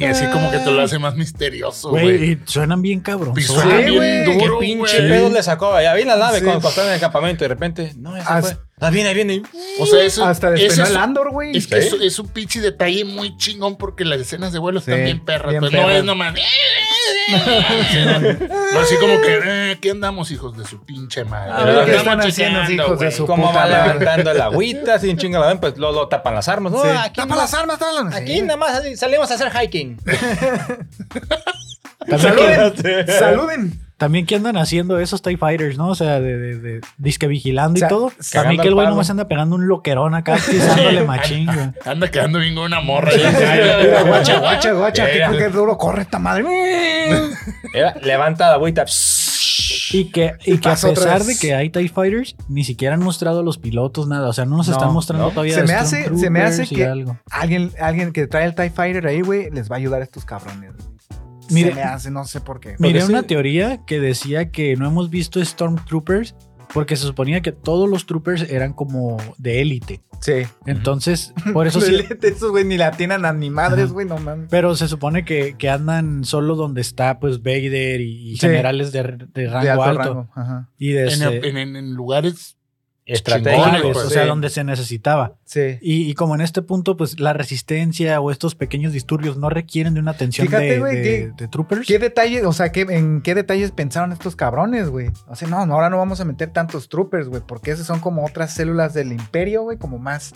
C: Y así como que te
B: Ah.
C: lo hace más misterioso,
D: Güey,
C: güey.
D: y suenan bien cabrón.
C: Y
B: Sí,
C: suena bien
B: güey,
A: ¿Qué
C: duro,
A: pinche
C: güey.
A: pedo le sacó? Ya viene la nave
B: Sí.
A: cuando pasaron en el campamento y de repente. No, ya se
B: As-
A: fue. Ah, viene, viene.
C: O sea, eso,
B: Hasta
C: eso
B: despenó
C: es,
B: el Andor, güey.
C: es que
A: Sí.
C: es, es un pinche detalle muy chingón porque las escenas de vuelo
B: Sí,
C: están bien perras.
B: bien
C: pues no
B: perras.
C: es nomás. eh". no, así como que, eh, ¿qué andamos, hijos de su pinche madre?
A: A ver, ¿qué
C: Andamos
B: están haciendo,
C: checando,
B: hijos de
C: güey.
B: su-
A: ¿Cómo
B: puta
A: va
B: madre.
A: levantando el agüita? Sin chinga la ven, pues luego luego tapan las armas. No,
B: Sí.
A: aquí
B: Tapa
A: nomás-
B: las armas, tapa las-
A: Aquí nada más así, salimos a hacer hiking.
D: También que,
B: Saluden. Saluden.
D: también que andan haciendo esos TIE Fighters, ¿no? O sea, de, de, de disque vigilando
B: O sea,
D: y todo. También
A: cagando
D: que el
A: al
D: güey
A: palo.
D: nomás anda pegando un loquerón acá, pisándole machín, güey.
C: Anda quedando bien con una morra.
B: Mira, guacha, guacha, guacha. Qué,
A: Mira.
B: qué duro corre esta madre.
A: Era, levanta la agüita.
D: Y que, y que a
B: Pasó otra
D: pesar
B: vez.
D: de que hay TIE Fighters, ni siquiera han mostrado a los pilotos, nada. O sea, no nos
B: No,
D: están mostrando
A: no.
D: todavía
B: Se
D: de
B: me hace- se me hace
D: Stormtroopers y
B: que-
D: algo.
B: Alguien, alguien que trae el TIE Fighter ahí, güey, les va a ayudar a estos cabrones.
D: Mire-
B: Se me hace, no sé por qué.
D: Miré
A: Porque
D: una
A: sí.
D: teoría que decía que no hemos visto Stormtroopers porque se suponía que todos los troopers eran como de élite.
B: Sí.
D: Entonces, por eso sí.
B: Lelete, Esos, güey, ni latinan a ni madres,
D: Ajá.
B: güey, no mames.
D: Pero se supone que, que andan solo donde está, pues, Vader y, y
B: Sí.
D: generales de, de rango
B: De alto
D: alto.
B: rango, ajá.
D: Y de
C: En,
D: este-
C: en- en lugares.
A: Estrategia.
D: claro,
C: Chingón,
D: pues,
C: pues,
D: o sea,
B: sí.
D: donde se necesitaba.
B: Sí.
D: Y, y como en este punto, pues la resistencia o estos pequeños disturbios no requieren de una atención
B: Fíjate,
D: de,
B: güey,
D: de-
B: que-
D: de troopers.
B: ¿Qué detalles, o sea, ¿qué, en qué detalles pensaron estos cabrones, güey? O sea, no, no, ahora no vamos a meter tantos troopers, güey, porque esas son como otras células del imperio, güey, como más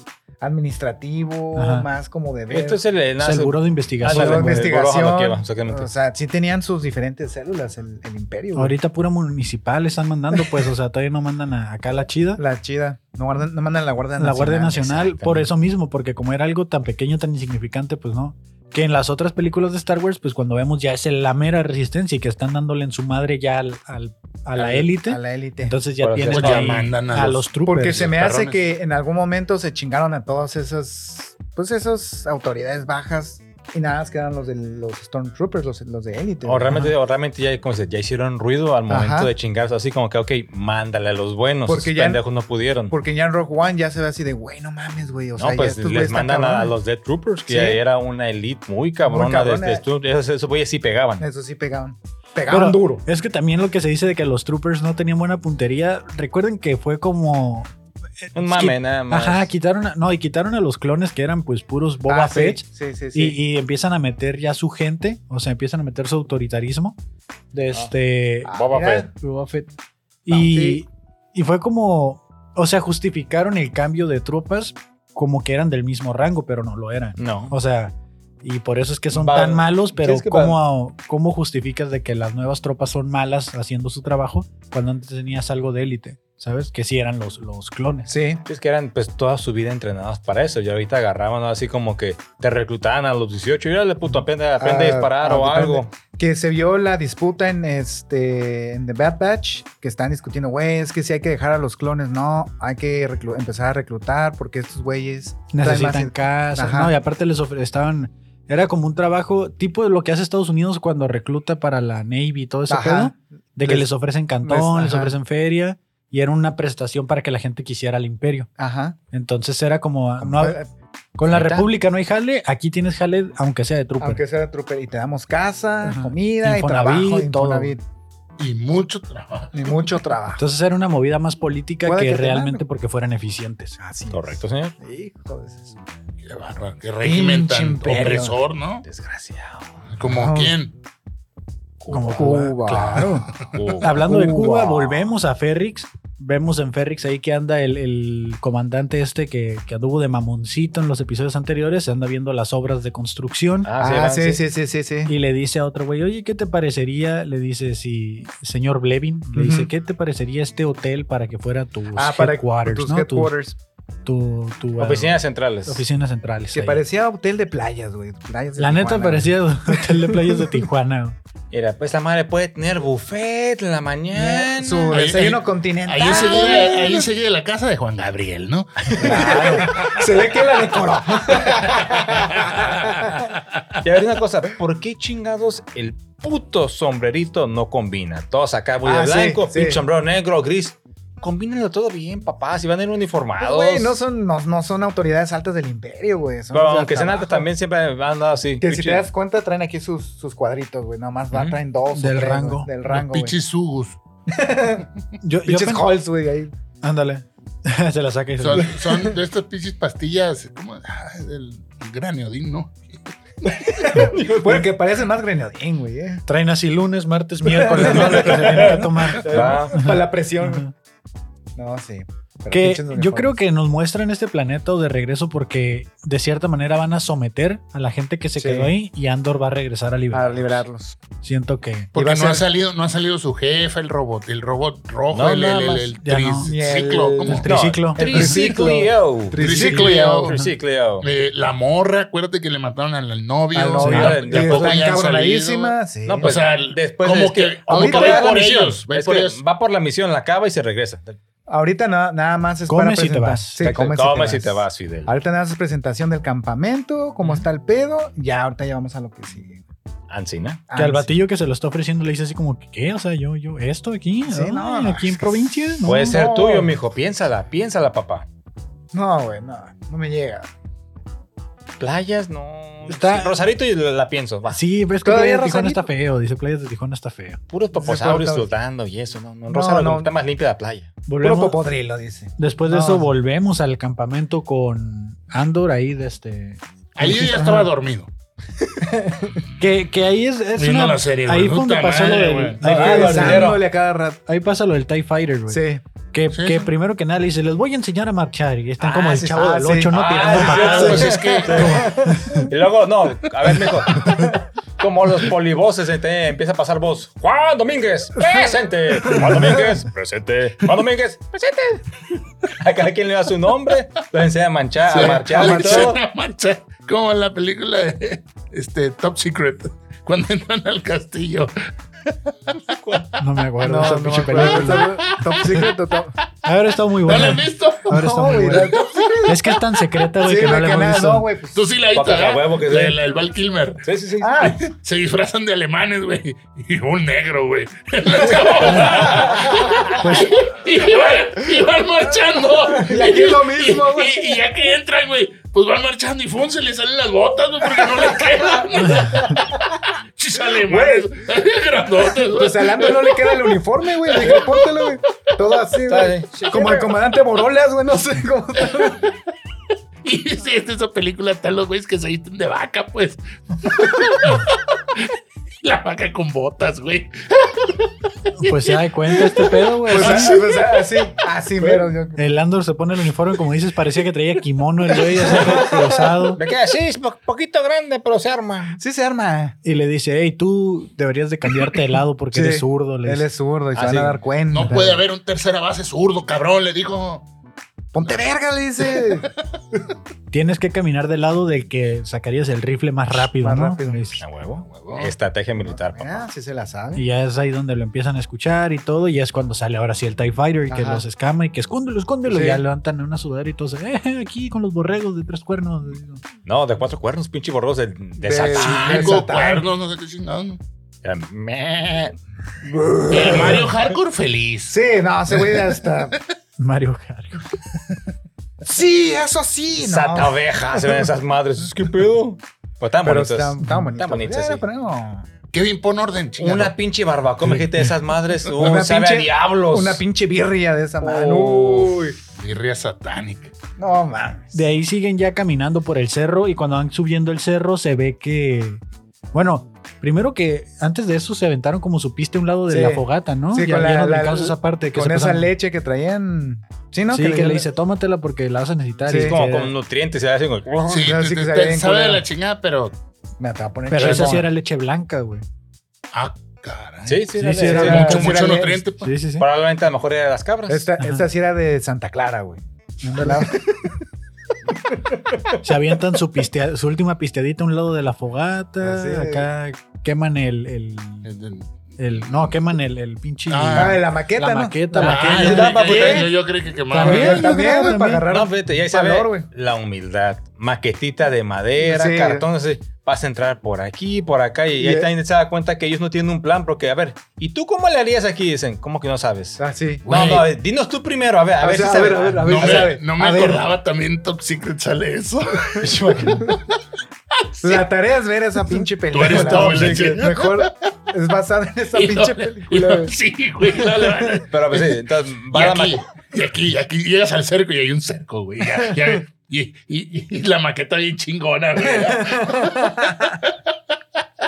B: administrativo,
D: Ajá.
B: más como de ver.
A: Esto es el
D: O sea, el
A: enlace.
D: Seguro de
A: Ah,
D: investigación.
A: no,
B: Solo
A: el- investi-
D: güey.
B: investigación.
A: Borja Noqueva, exactamente.
B: o sea, sí tenían sus diferentes células el, el imperio, güey.
D: Ahorita pura municipal están mandando, pues, o sea, todavía no mandan a- acá la chida.
B: La chida. No, guardan, no mandan la Guardia Nacional.
D: La Guardia Nacional,
B: exactamente.
D: por eso mismo, porque como era algo tan pequeño, tan insignificante, pues no. Que en las otras películas de Star Wars, pues cuando vemos ya es la mera resistencia y que están dándole en su madre ya al, al- a la
B: Al-
D: élite.
B: A la élite.
D: Entonces ya
A: Por
D: tienes
A: ejemplo,
D: ahí
C: ya mandan a
D: a
C: los-
D: los troopers.
B: Porque se me hace
C: perrones.
B: que en algún momento se chingaron a todas esas, pues esas autoridades bajas y nada más quedaron los de los Stormtroopers, los, los de élite.
A: O realmente, o realmente ya, como se- ya hicieron ruido al momento
B: Ajá.
A: de chingarse. Así como que, ok, mándale a los buenos.
B: Porque
A: Porque
B: ya-
A: pendejos no pudieron.
B: Porque ya en Rock One ya se ve así de, güey, no mames, güey. O sea,
A: no, pues
B: ya estos güeyes
A: les
B: están
A: mandan a
B: cabrones.
A: los Dead Troopers, que
B: Sí.
A: era una elite muy cabrona.
B: Muy cabrona.
A: de- de Sturm- esos, esos güeyes sí pegaban.
B: Eso sí pegaban.
D: Pero
B: Pegaban duro.
D: Es que también lo que se dice de que los troopers no tenían buena puntería, recuerden que fue como... eh,
A: Un mame, nada más.
D: Ajá, quitaron a, no, y quitaron a los clones que eran pues puros Boba
B: Ah, sí,
D: Fett.
B: Sí, sí, sí.
D: Y, y empiezan a meter ya su gente, o sea, empiezan a meter su autoritarismo. De este.
B: Ah,
A: Boba
B: mira,
A: Fett.
D: Boba Fett.
B: Ah,
D: Y,
B: sí.
D: y fue como. O sea, justificaron el cambio de tropas como que eran del mismo rango, pero no lo eran.
A: No.
D: O sea, y por eso es que son
A: Va-
D: tan malos, pero
A: es que
D: ¿cómo, ¿cómo justificas de que las nuevas tropas son malas haciendo su trabajo cuando antes tenías algo de élite? ¿sabes? Que sí eran los, los clones.
B: Sí.
A: Es que eran pues toda su vida entrenados para eso. Y ahorita agarraban ¿no? así como que te reclutaban a los 18 y era le puto aprende, aprende a
B: Ah,
A: disparar o
B: ah,
A: algo.
B: Que se vio la disputa en este en The Bad Batch, que están discutiendo, güey, es que si hay que dejar a los clones, no, hay que reclu- empezar a reclutar porque estos güeyes traen
D: Necesitan
B: más-
D: casas.
B: Ajá.
D: No, y aparte les ofre- estaban. Era como un trabajo tipo de lo que hace Estados Unidos cuando recluta para la Navy y todo ese
B: Ajá.
D: pedo. De que
B: Les-
D: les ofrecen cantón,
B: les-
D: les,
B: ajá.
D: ofrecen feria. Y era una prestación para que la gente quisiera al imperio.
B: Ajá.
D: Entonces era como. ah, no hab-
B: Eh,
D: con la
B: ¿neta?
D: república no hay jale. Aquí tienes jale, aunque sea de trooper.
B: Aunque sea trooper y te damos casa,
D: Ajá.
B: comida
D: Infonavit,
B: y trabajo,
D: todo.
B: Infonavit,
C: Y mucho trabajo.
B: ni mucho trabajo.
D: Entonces era una movida más política
B: Puede
D: que,
B: que te Ah,
D: realmente
B: manden.
D: porque fueran eficientes.
B: Así.
A: Correcto, señor.
B: es. Hijo de su-
C: Qué barba, qué régimen tan
B: imperio.
C: opresor, ¿no?
A: Desgraciado.
C: Como
B: Ah.
C: quién.
D: Como Cuba.
B: Cuba.
D: Claro.
B: Ah,
A: Cuba.
D: Hablando de Cuba,
B: Cuba.
D: volvemos a Ferrix. Vemos en Ferrix ahí que anda el, el comandante este que, que anduvo de mamoncito en los episodios anteriores. Se anda viendo las obras de construcción.
A: Ah, sí,
B: Ah,
A: eran,
B: sí, sí, sí, sí, sí.
D: Y le dice a otro güey, oye, ¿qué te parecería? Le dice, si, señor Blevin, le
B: Ujú.
D: dice, ¿qué te parecería este hotel para que fuera tus
B: Ah, para
D: headquarters?
B: tus
D: ¿no? Tu-
B: headquarters.
D: tu- tu, ah,
A: Oficinas centrales.
D: oficinas centrales.
B: Que
D: ahí.
B: parecía hotel de playas, güey. Playas de
D: La neta
B: Tijuana,
D: parecía hotel de playas de Tijuana.
A: Mira, pues esta madre puede tener buffet en la mañana.
B: güey. Su
C: Ahí-
B: desayuno
C: ahí-
B: continental.
C: Ahí enseguida, ahí enseguida la casa de Juan Gabriel, ¿no?
B: Se ve que la decoró.
A: Y a ver una cosa, ¿por qué chingados el puto sombrerito no combina? Todos acá, voy de
B: Ah, sí,
A: blanco,
B: sí.
A: pinche sombrero negro, gris. Combínenlo todo bien, papá. Si van a ir uniformados.
B: Pues, Güey, no son, no, no son autoridades altas del imperio, güey. son
A: Pero
B: los de
A: aunque sean
B: abajo.
A: altos también siempre han andado así.
B: Que si
A: pinche-
B: te das cuenta, traen aquí sus, sus cuadritos, güey. Nomás más
A: Ujú.
B: traen dos. o
D: Del
B: tres,
D: rango.
B: güey, Del
C: Los
B: rango. güey.
C: Pinches sugus.
D: Yo, yo
B: Pinches
D: pen-
B: halls, güey. ahí.
D: Ándale. se la saca y se
C: Son, son de estas pinches pastillas, ¿cómo? Ah, Del graneodín, ¿no?
B: Bueno, que parecen más grenadín, güey. eh.
D: Traen así lunes, martes, miércoles, ¿no? Lo que se tienen que tomar.
A: Ah,
B: Para la presión. güey.
D: Ajá.
B: No, sí. Pero
D: Que
B: pinches
D: yo
B: uniformes.
D: creo que nos muestran este planeta o de regreso porque de cierta manera van a someter a la gente que se
B: Sí.
D: quedó ahí y Andor va a regresar a
B: Para
D: liberar.
B: liberarlos.
D: Siento que
C: Porque
B: Iba
C: no
B: a
C: ha
B: ser-
C: salido, no ha salido su jefe, el robot, el robot rojo,
A: No,
C: el,
A: nada
C: el, el,
A: más.
C: el
D: Ya no.
C: tris-
B: Ni el-
C: ciclo, ¿cómo?
D: el triciclo.
B: El
A: Triciclo.
C: Triciclo.
A: Triciclo.
C: Triciclo.
A: Triciclo.
C: Eh, la morra, acuérdate que le mataron al, al novio.
B: Al
C: o sea,
B: novio,
A: ya-
B: y
A: ya
C: tampoco
B: está
C: ya han salido.
B: encabronadísima. Sí.
A: No, pues
C: O sea,
A: después
C: como
A: es
C: que- como
A: ahorita
C: que
A: va
C: va
A: por
C: por
A: misión.
C: ellos, va
A: Es
C: por
A: que
C: ellos.
A: Va por la misión, la acaba y se regresa.
B: Ahorita na- nada más es
D: Comes
B: para
D: y te
B: presentar.
D: vas.
B: Sí,
A: Exacto.
B: comes,
A: Comes
B: y te vas.
A: Fidel.
B: Ahorita nada más es presentación del campamento, cómo está el pedo. Ya, ahorita ya vamos a lo que sigue.
A: Ancina.
D: que al
B: Ah, sí.
D: batillo que se lo está ofreciendo le dice así como que qué, o sea, yo yo esto aquí,
B: Sí,
D: Ay,
B: no, no,
D: aquí en
B: es-
D: provincia, no,
A: Puede ser
B: no.
A: tuyo, mijo. Piénsala, piénsala, papá.
B: No, güey, no, no me llega.
A: Playas, no.
D: Está-
A: Sí, Rosarito y la, la pienso. Va,
D: Sí, ves que
B: Todavía
D: Playas de Tijuana
B: Rosarito.
D: está feo, dice Playas de Tijuana está feo.
A: puros poposaurios
B: Sí,
A: flotando y eso. No, no.
B: No,
A: Rosario
B: no.
A: como está más limpia la playa.
D: Volvemos,
B: Puro cocodrilo, dice.
D: Después de
B: No.
D: eso volvemos al campamento con Andor ahí de este...
C: Ahí yo ya estaba dormido.
D: Que, que ahí es, es
C: Viendo
D: una-
C: la serie,
D: ahí
C: güey.
D: fue donde
C: Puta
D: pasó
C: madre,
D: lo
C: güey.
D: del...
A: Ahí fue
D: ahí-
A: el dinero.
B: Pensándole a cada rato.
D: Ahí pasa lo del TIE Fighter, güey.
B: Sí.
D: Que,
C: Sí,
D: que
C: sí.
D: primero que nada le dice, les voy a enseñar a marchar. Y están
B: Ah,
D: como el
B: sí,
D: chavo
B: ah,
D: del
B: sí.
D: 8, ¿no?
A: Ah,
D: Tirando
A: sí,
D: patadas.
A: sí,
C: Pues es que
A: Y luego, no, a ver, mijo. Como los polivoces, eh, te empieza a pasar voz. Juan Domínguez, presente. Juan Domínguez, presente. Juan Domínguez, presente. A cada quien le da su nombre, lo enseña a manchar, a marchar y todo.
C: Una mancha, como en la película de este, Top Secret, cuando entran al castillo.
D: No me acuerdo.
B: No,
D: esa
B: no,
D: pinche
B: me acuerdo.
D: película.
B: Top Secret o Top.
D: Ahora está muy
C: ¿No la
D: buena.
C: has visto?
D: Ahora está
B: No,
D: muy
B: güey,
D: buena.
B: la Top Secret.
D: Es que es tan secreta, güey,
B: Sí,
D: que no la
B: güey, que
D: hemos
B: nada,
D: visto.
B: no, güey. pues-
C: Tú sí la viste,
A: Papas a
C: ¿verdad?
A: huevo que sí.
C: La, la del Val Kilmer.
A: Sí, sí, sí.
B: Ah,
C: Se disfrazan de alemanes, güey. Y un negro, güey.
D: Pues-
C: y, van, y van marchando.
B: Y aquí es lo mismo, güey.
C: Y, y ya que entran, güey, pues van marchando y fun, se les salen las botas, güey, porque no les quedan. Chis alemanes. Grandotes, güey.
B: pues al Lando no le queda el uniforme, güey. Le dije, póntelo, güey. Todo así,
A: Está
B: güey.
A: bien. Sí,
B: Como el comandante Borolas, güey. No sé cómo.
C: Y sí, es esa película están los güeyes que se visten de vaca, pues. La vaca con botas, güey.
D: Pues se da de cuenta este pedo, güey.
B: Pues,
D: O sea,
B: así, pues, así, así
D: Pues,
B: mero. Yo,
D: el Andor se pone el uniforme, como dices, parecía que traía kimono el güey, así rosado.
A: Me queda así, es po- poquito grande, pero se arma.
B: sí se arma.
D: Y le dice, hey, tú deberías de cambiarte de lado porque
B: Sí,
D: eres zurdo. Le
B: Él
D: dice.
B: es zurdo y se van
A: Así.
B: a dar cuenta.
C: No puede haber un tercera base zurdo, cabrón, le dijo.
B: Ponte verga, le dice.
D: Tienes que caminar del lado del que sacarías el rifle más rápido,
B: Más
D: ¿no?
B: rápido.
D: Le dice.
A: A huevo.
C: Este, huevo.
A: Estrategia militar, papá.
B: Ah, sí se la sabe.
D: Y ya es ahí donde lo empiezan a escuchar y todo. Y ya es cuando sale ahora sí el TIE Fighter y que
B: Ajá.
D: los escama y que escóndelo, escóndelo.
B: Sí.
D: Y ya levantan una sudadera y todos, eh, aquí con los borregos de tres cuernos.
A: No, de cuatro cuernos, pinche borros de, de
B: De-
A: Satán.
C: Cinco
B: Satán.
C: cuernos, no sé qué chingados. ¿no?
A: Era, meh.
C: El Mario Hardcore feliz.
B: Sí, no, ese güey ya está.
D: Mario Cargo.
B: sí, eso sí. No.
A: Santa oveja, se ven esas madres. Es que pedo. Pues tan
B: Pero
A: bonitas.
B: está, está bonito.
A: Tan bonitas,
B: Ya,
A: sí.
B: lo ponemos.
C: Kevin, pon orden, chingado.
A: Una pinche barbacoa, me dijiste de esas madres. Uh,
B: Una
A: sabe
B: pinche-
A: a diablos.
B: Una pinche birria de esa mano.
A: Uy.
C: Birria satánica.
B: No mames.
D: De ahí siguen ya caminando por el cerro y cuando van subiendo el cerro se ve que... Bueno, primero que antes de eso se aventaron como su piste a un lado de
B: Sí.
D: la fogata, ¿no?
B: Sí,
D: ya,
B: con
D: ya
B: la-
D: nos
B: la-
D: brincamos esa parte. Que
B: Con
D: se
B: esa
D: pasaron.
B: leche que traían. Sí, ¿no?
D: sí, que, le
B: le
D: dice, tómatela porque la vas a necesitar.
B: Sí,
D: y
A: Es como
D: que-
A: con nutrientes, se hacen.
C: Sí,
B: ya sí
C: te-
B: que
C: te-
B: sabía bien
C: sabe de
B: culero.
C: la chingada, pero.
B: Me acaba de poner
D: Pero esa
B: chingón.
D: sí era leche blanca, güey.
C: Ah, caray.
A: Sí, sí,
D: Sí,
A: dale,
D: sí, era
A: sí,
B: la-
C: Mucho,
B: sí,
C: mucho
B: era-
C: nutriente. pues.
D: Sí, sí, sí.
A: Probablemente a lo mejor era de las cabras.
B: Esta,
D: Ajá.
B: esta sí era de Santa Clara, güey. De la-
D: Se avientan su, pistea- su última pisteadita a un lado de la fogata.
B: Así es.
D: acá queman el, el, el- No, queman el, el pinche...
C: Ah,
B: Ah, de la maqueta,
D: La
B: ¿no?
D: maqueta,
B: La
D: la
C: Ah,
D: maqueta.
C: yo,
B: estaba
C: creí-
B: bien.
C: yo- yo creí que quemaba.
D: También,
B: También,
D: yo creo,
B: también, güey,
D: también.
B: para agarrar.
A: No, fíjate, y ahí se ve
B: valor, güey.
A: la humildad. Maquetita de madera,
B: Sí.
A: cartón, así. Vas a entrar por aquí, por acá. Y,
B: Y-
A: ahí también se da cuenta que ellos no tienen un plan. Porque, a ver, ¿y tú cómo le harías aquí? Dicen, ¿cómo que no sabes?
B: Ah, sí.
A: No,
C: Güey.
A: no, a ver, dinos tú primero. A ver, a
B: O
A: ver
B: sea,
A: si
B: a ver,
A: sabes.
B: a ver, a
C: No
B: ver, a
C: me,
B: ver,
C: no me
B: a ver.
C: acordaba también Top Secret sale eso.
B: La tarea es ver esa pinche película.
C: eres
B: la
C: Tom
B: verdad,
C: Leche.
B: que Mejor es basada en esa
C: Y
B: pinche
C: no-
B: película.
C: y no-
B: güey.
C: sí, güey. no le van a-
A: Pero pues, sí, entonces
C: Y
A: va la
C: aquí,
A: maqueta.
C: y aquí, y aquí llegas al cerco y hay un cerco, güey. ya- ya- y, y- y la maqueta bien chingona, güey. ya.